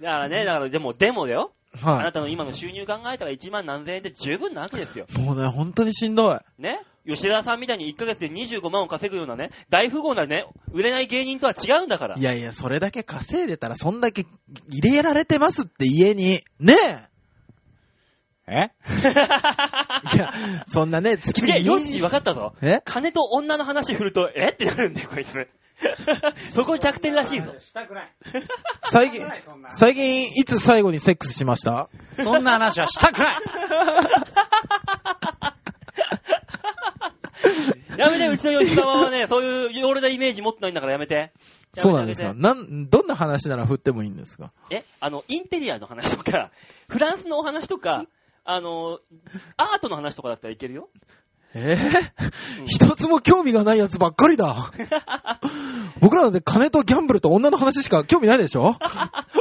だからね、だからでも、でもだよ。あなはたの今の収入考えたら1万何千円で十分なわけですよ。い。もうね、本当にしんどい。ね吉田さんみたいに1ヶ月で25万を稼ぐようなね、大富豪なね、売れない芸人とは違うんだから い。やいや、それだけ稼いでたら、そんだけ入れられてますって家に。ねええいや、そんなね、月すげえ、によ20し、分かったぞ。え金と女の話振ると、えってなるんだよ、こいつ。 そこ弱点らしいぞ。したくない。最し近たくない、そんな最近、いつ最後にセックスしましたそんな話はしたくないやめて、うちの吉沢はね、そういう、俺のイメージ持ってないんだからやめて。やめてそうなんですやかめてなん、どんな話なら振ってもいいんですかえ、あの、インテリアの話とか、フランスのお話とか、あの、アートの話とかだったらいけるよ。えぇ、一つも興味がないやつばっかりだ。僕らなんて金とギャンブルと女の話しか興味ないでしょ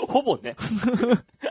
ほぼね。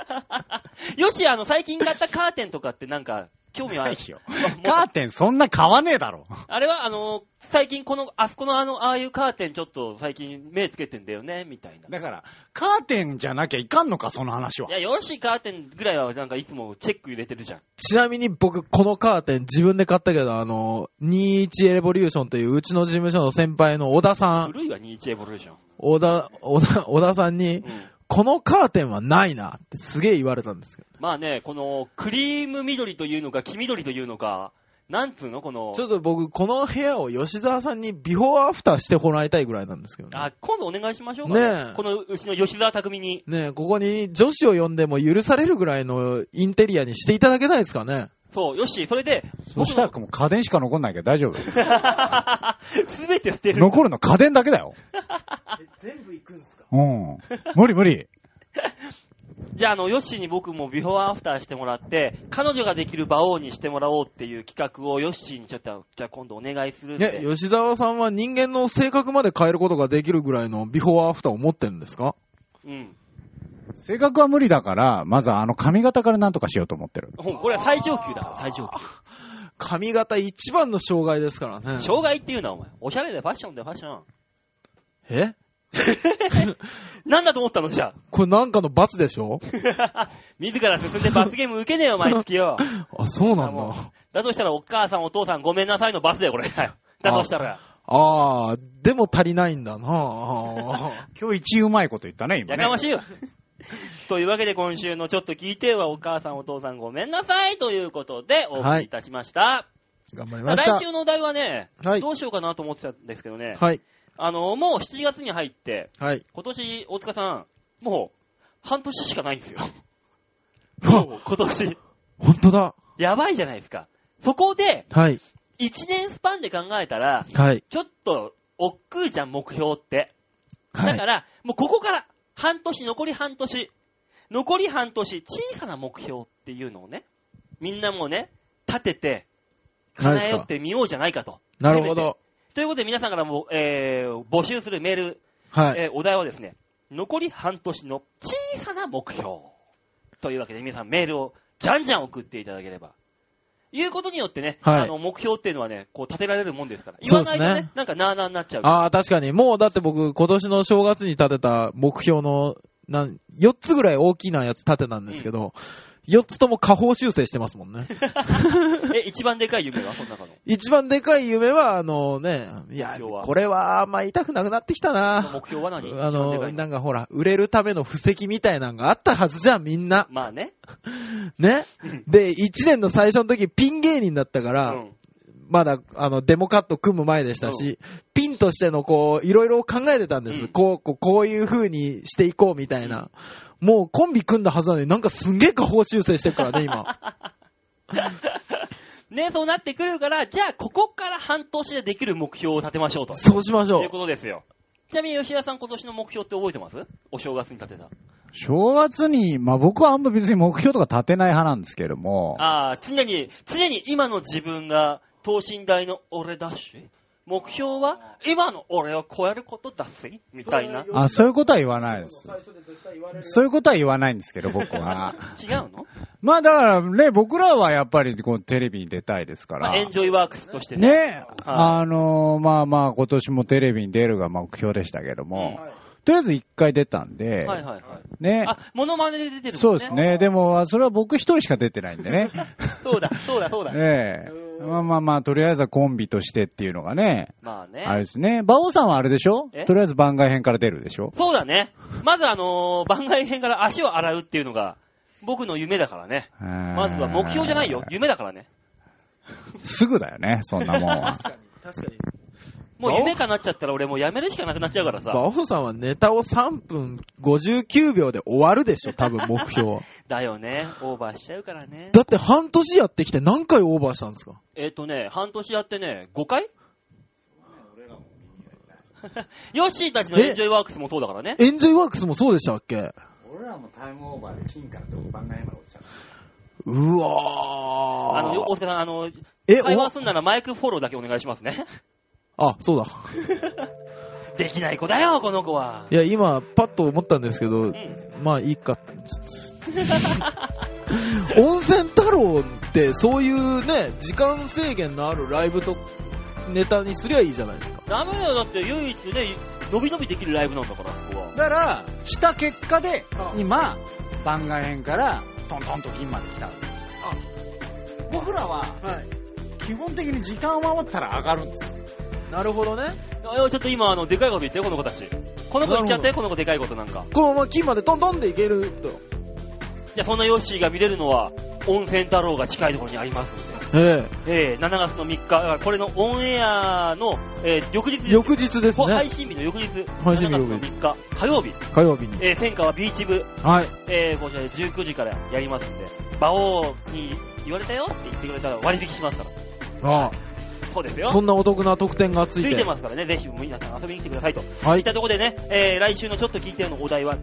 よし、あの、最近買ったカーテンとかってなんか、興味はあるよあ もカうーテンそんな買わねえだろ。あれは、あの、最近この、あそこのあの、ああいうカーテンちょっと最近目つけてんだよね、みたいな。。だから、カーテンじゃなきゃいかんのか、その話はいや、よし、カーテンぐらいはなんかいつもチェック入れてるじゃん。ちなみに僕、このカーテン自分で買ったけど、あの、21エレボリューションといううちの事務所の先輩の小田さん、古いわ、21エボリューション。小田、小田、小田さんに、うん。このカーテンはないなってすげえ言われたんですけど。まあね、この、クリーム緑というのか、黄緑というのか、なんつうのこのち、ょっと僕、この部屋を吉沢さんにビフォーアフターしてもらいたいぐらいなんですけどね。あ、今度お願いしましょうかね。ねえこの、うちの吉沢匠に。ねえ、ここに女子を呼んでも許されるぐらいのインテリアにしていただけないですかね。そう、よし、それで、そしたらもう家電しか残んないけど大丈夫。 すべて捨てる。残るの家電だけだよ。え全部行くんすかうん。無理無理。じゃあ、あの、ヨッシーに僕もビフォーアフターしてもらって、彼女ができる馬王にしてもらおうっていう企画をヨッシーにちょっと、じゃあ今度お願いするって。ね、吉沢さんは人間の性格まで変えることができるぐらいのビフォーアフターを持ってるんですかうん。性格は無理だから、まずあの髪型からなんとかしようと思ってる。ほんこれは最上級だから、最上級。髪型一番の障害ですからね。障害っていうのはお前。おしゃれでファッションでファッション。えなんだと思ったのじゃこれなんかの罰でしょあ。 自ら進んで罰ゲーム受けねえよ、毎月よ。あ、そうなんもうだ。だとしたらお母さんお父さんごめんなさいの罰だよ、これ。だとしたら。あー、でも足りないんだな あ今日一うまいこと言ったね、今やね。かましいわ。 というわけで今週のちょっと聞いてはお母さんお父さんごめんなさいということでお送りいたしました。ー。頑張りさあまし来た。週のお題はね、はいどうしようかなと思ってたんですけどね、はい。あの、もう7月に入って、はい。今年大塚さん、もう半年しかないんですよ。わ、もう今年。ほんとだ。やばいじゃないですか。そこで、はい。 1年スパンで考えたら、はい。ちょっと、おっくうじゃん、目標って。はだいか。ら、もうここから、半年、残り半年、残り半年、小さな目標っていうのをね、みんなもね、立てて、何叶ですえかよってみようじゃないかと。なるほど。ということで皆さんからも、えー募集するメール、はい。えーお題はですね、残り半年の小さな目標。というわけで皆さんメールをじゃんじゃん送っていただければ。いうことによってね、はいあの、目標っていうのはね、こう立てられるもんですから。言そうわでなすいねとね、なんかなーなーになっちゃう。あー、確かに。もうだって僕、今年の正月に立てた目標の、なん、4つぐらい大きなやつ立てたんですけど、4つとも下方修正してます もんね。え、一番でかい夢はその中の。一番でかい夢は、あのね、いや、要はこれは、まあ、痛くなくなってきたな。目標は あ何一番でかの、いなのんかほら、売れるための布石みたいなのがあったはずじゃん、みんな。まあね。ね。で、一年の最初の時、ピン芸人だったかうら、ん。 まだ、あの、デモカット組む前でしたし、ピンとしての、こう、いろいろ考えてたんです。うんこう、こう、こういう風にしていこうみたいな。もうコンビ組んだはずなのになんかすんげえ下方修正してるから ね、今。ね、そうなってくるから、じゃあ、ここから半年でできる目標を立てましょうと。そうしましょいうう。ことですよ。ちなみに吉田さん今年の目標って覚えてますお正月に立てた。正月に、まあ僕はあんま別に目標とか立てない派なんですけれども、ああ、常に、常に今の自分が、等身大の俺だし、目標は、今の俺を超えることだぜ、みたいな。違そうんあ、そういうことは言わないです。最初で絶対言われる。そういうことは言わないんです けど、僕は。の、まあだからね、僕らはやっぱりこうテレビに出たいですかまらあ、。エンジョイワークスとしてね。ね、あのーまあまあ今年もテレビに出るが目標でしたけども、はいとりあえず一回出たんで、はいはいはい。ね、あ、モノマネで出てるもそんうね。ですね。でも、それは僕一人しか出てないんでね。そうだ、そうだ、そうだ。ええうんまあまあまあ、とりあえずはコンビとしてっていうのがね、まあね。あれですね。馬王さんはあれでしょえとりあえず番外編から出るでしょそうだね。まずあのー番外編から足を洗うっていうのが、僕の夢だからね。ままずは目標じゃないよ。夢だからね。すぐだよね、そんなもんは。確かに、確かに。もう夢かなっちゃったら俺もうやめるしかなくなっちゃうからバさ。オさんはネタを3分59秒で終わるでしょ、多分目標は。 だよね。オーバーしちゃうからね。だって半年やってきて何回オーバーしたんですかえっ、とね、半年やってね、5回 ヨッシーたちのエンジョイワークスもそうだからね。エンジョイワークスもそうでしたっけ俺らもタイムオーバーで金からと番外まで落ちちゃった。うあわの、ー。大塚さん、あの、え、会話おすんならマイクフォローだけお願いしますね。 あ、そうだ。できない子だよ、この子は。いや、今、パッと思ったんですけどう、ん。まあいいか。温泉太郎ってそういうね、時間制限のあるライブとネタにすりゃいいじゃないですか。ダメだよ、だって唯一ね、伸び伸びできるライブなんだから、そこは。だから、 した結果であ、今、番外編から、トントンと銀まで来たわけですよ。僕らは、はい。基本的に時間を守ったら上がるんです。なるほどね。あいやちょっと今、あの、でかいこと言ってよ、この子たち。この子言っちゃって、この子でかいことなんか。このまま金までトントンでいけると。じゃあ、そんなヨッシーが見れるのは、温泉太郎が近いところにありますのえで。ええ7月の3日、あこれのオンエアの、えー翌日ですえ。翌日ですこう配ね。信日の翌日。配信日の7翌日月の3日、火曜日。火曜日に。えー、戦火はビーチ部、はい。えー、こちらで19時からやりますんで、馬王に言われたよって言ってくれたら割引しますから。あそうですよあ。。そんなお得な特典がつついて。いてますからね、ぜひ皆さん遊びに来てくださいと。、はいっい。たところでね、えー、来週のちょっと聞いてるのお題は、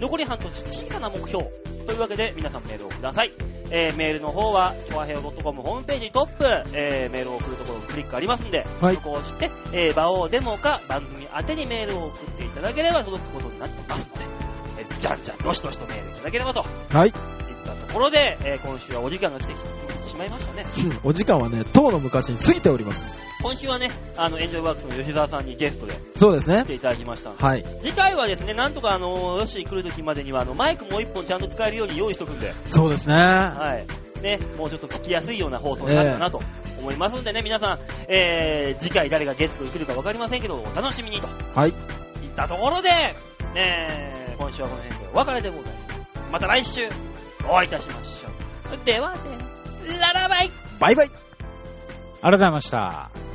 残り半年小さな目標。というわけで、皆さんメールをください。えー、メールの方は、c o a h e o c o m ホームページトップ、えー、メールを送るところクリックありますんで、はいそこを押して、えー、場をデモか番組宛てにメールを送っていただければ届くことになってますので、えー、じゃんじゃん、どしどしとメールいただければとはい。いったところで、えー、今週はお時間が来てしまいましたね。うん お時間はね、当の昔に過ぎております。今週はね、あの、エンジョイワークスの吉沢さんにゲストでそうです来ね。ていただきましたんではい。次回はですね、なんとかあの、ヨッシー来る時までには、あの、マイクもう一本ちゃんと使えるように用意しとくんで、そうですね。はい。ね、もうちょっと聞きやすいような放送になったなと思いますのでね、皆さん、えー、次回誰がゲストに来るかわかりませんけど、お楽しみにと。はい。いったところで、えー、今週はこの辺でお別れでございます。また来週、お会いいたしましょう。ではでは、ララバイバイバイありがとうございました。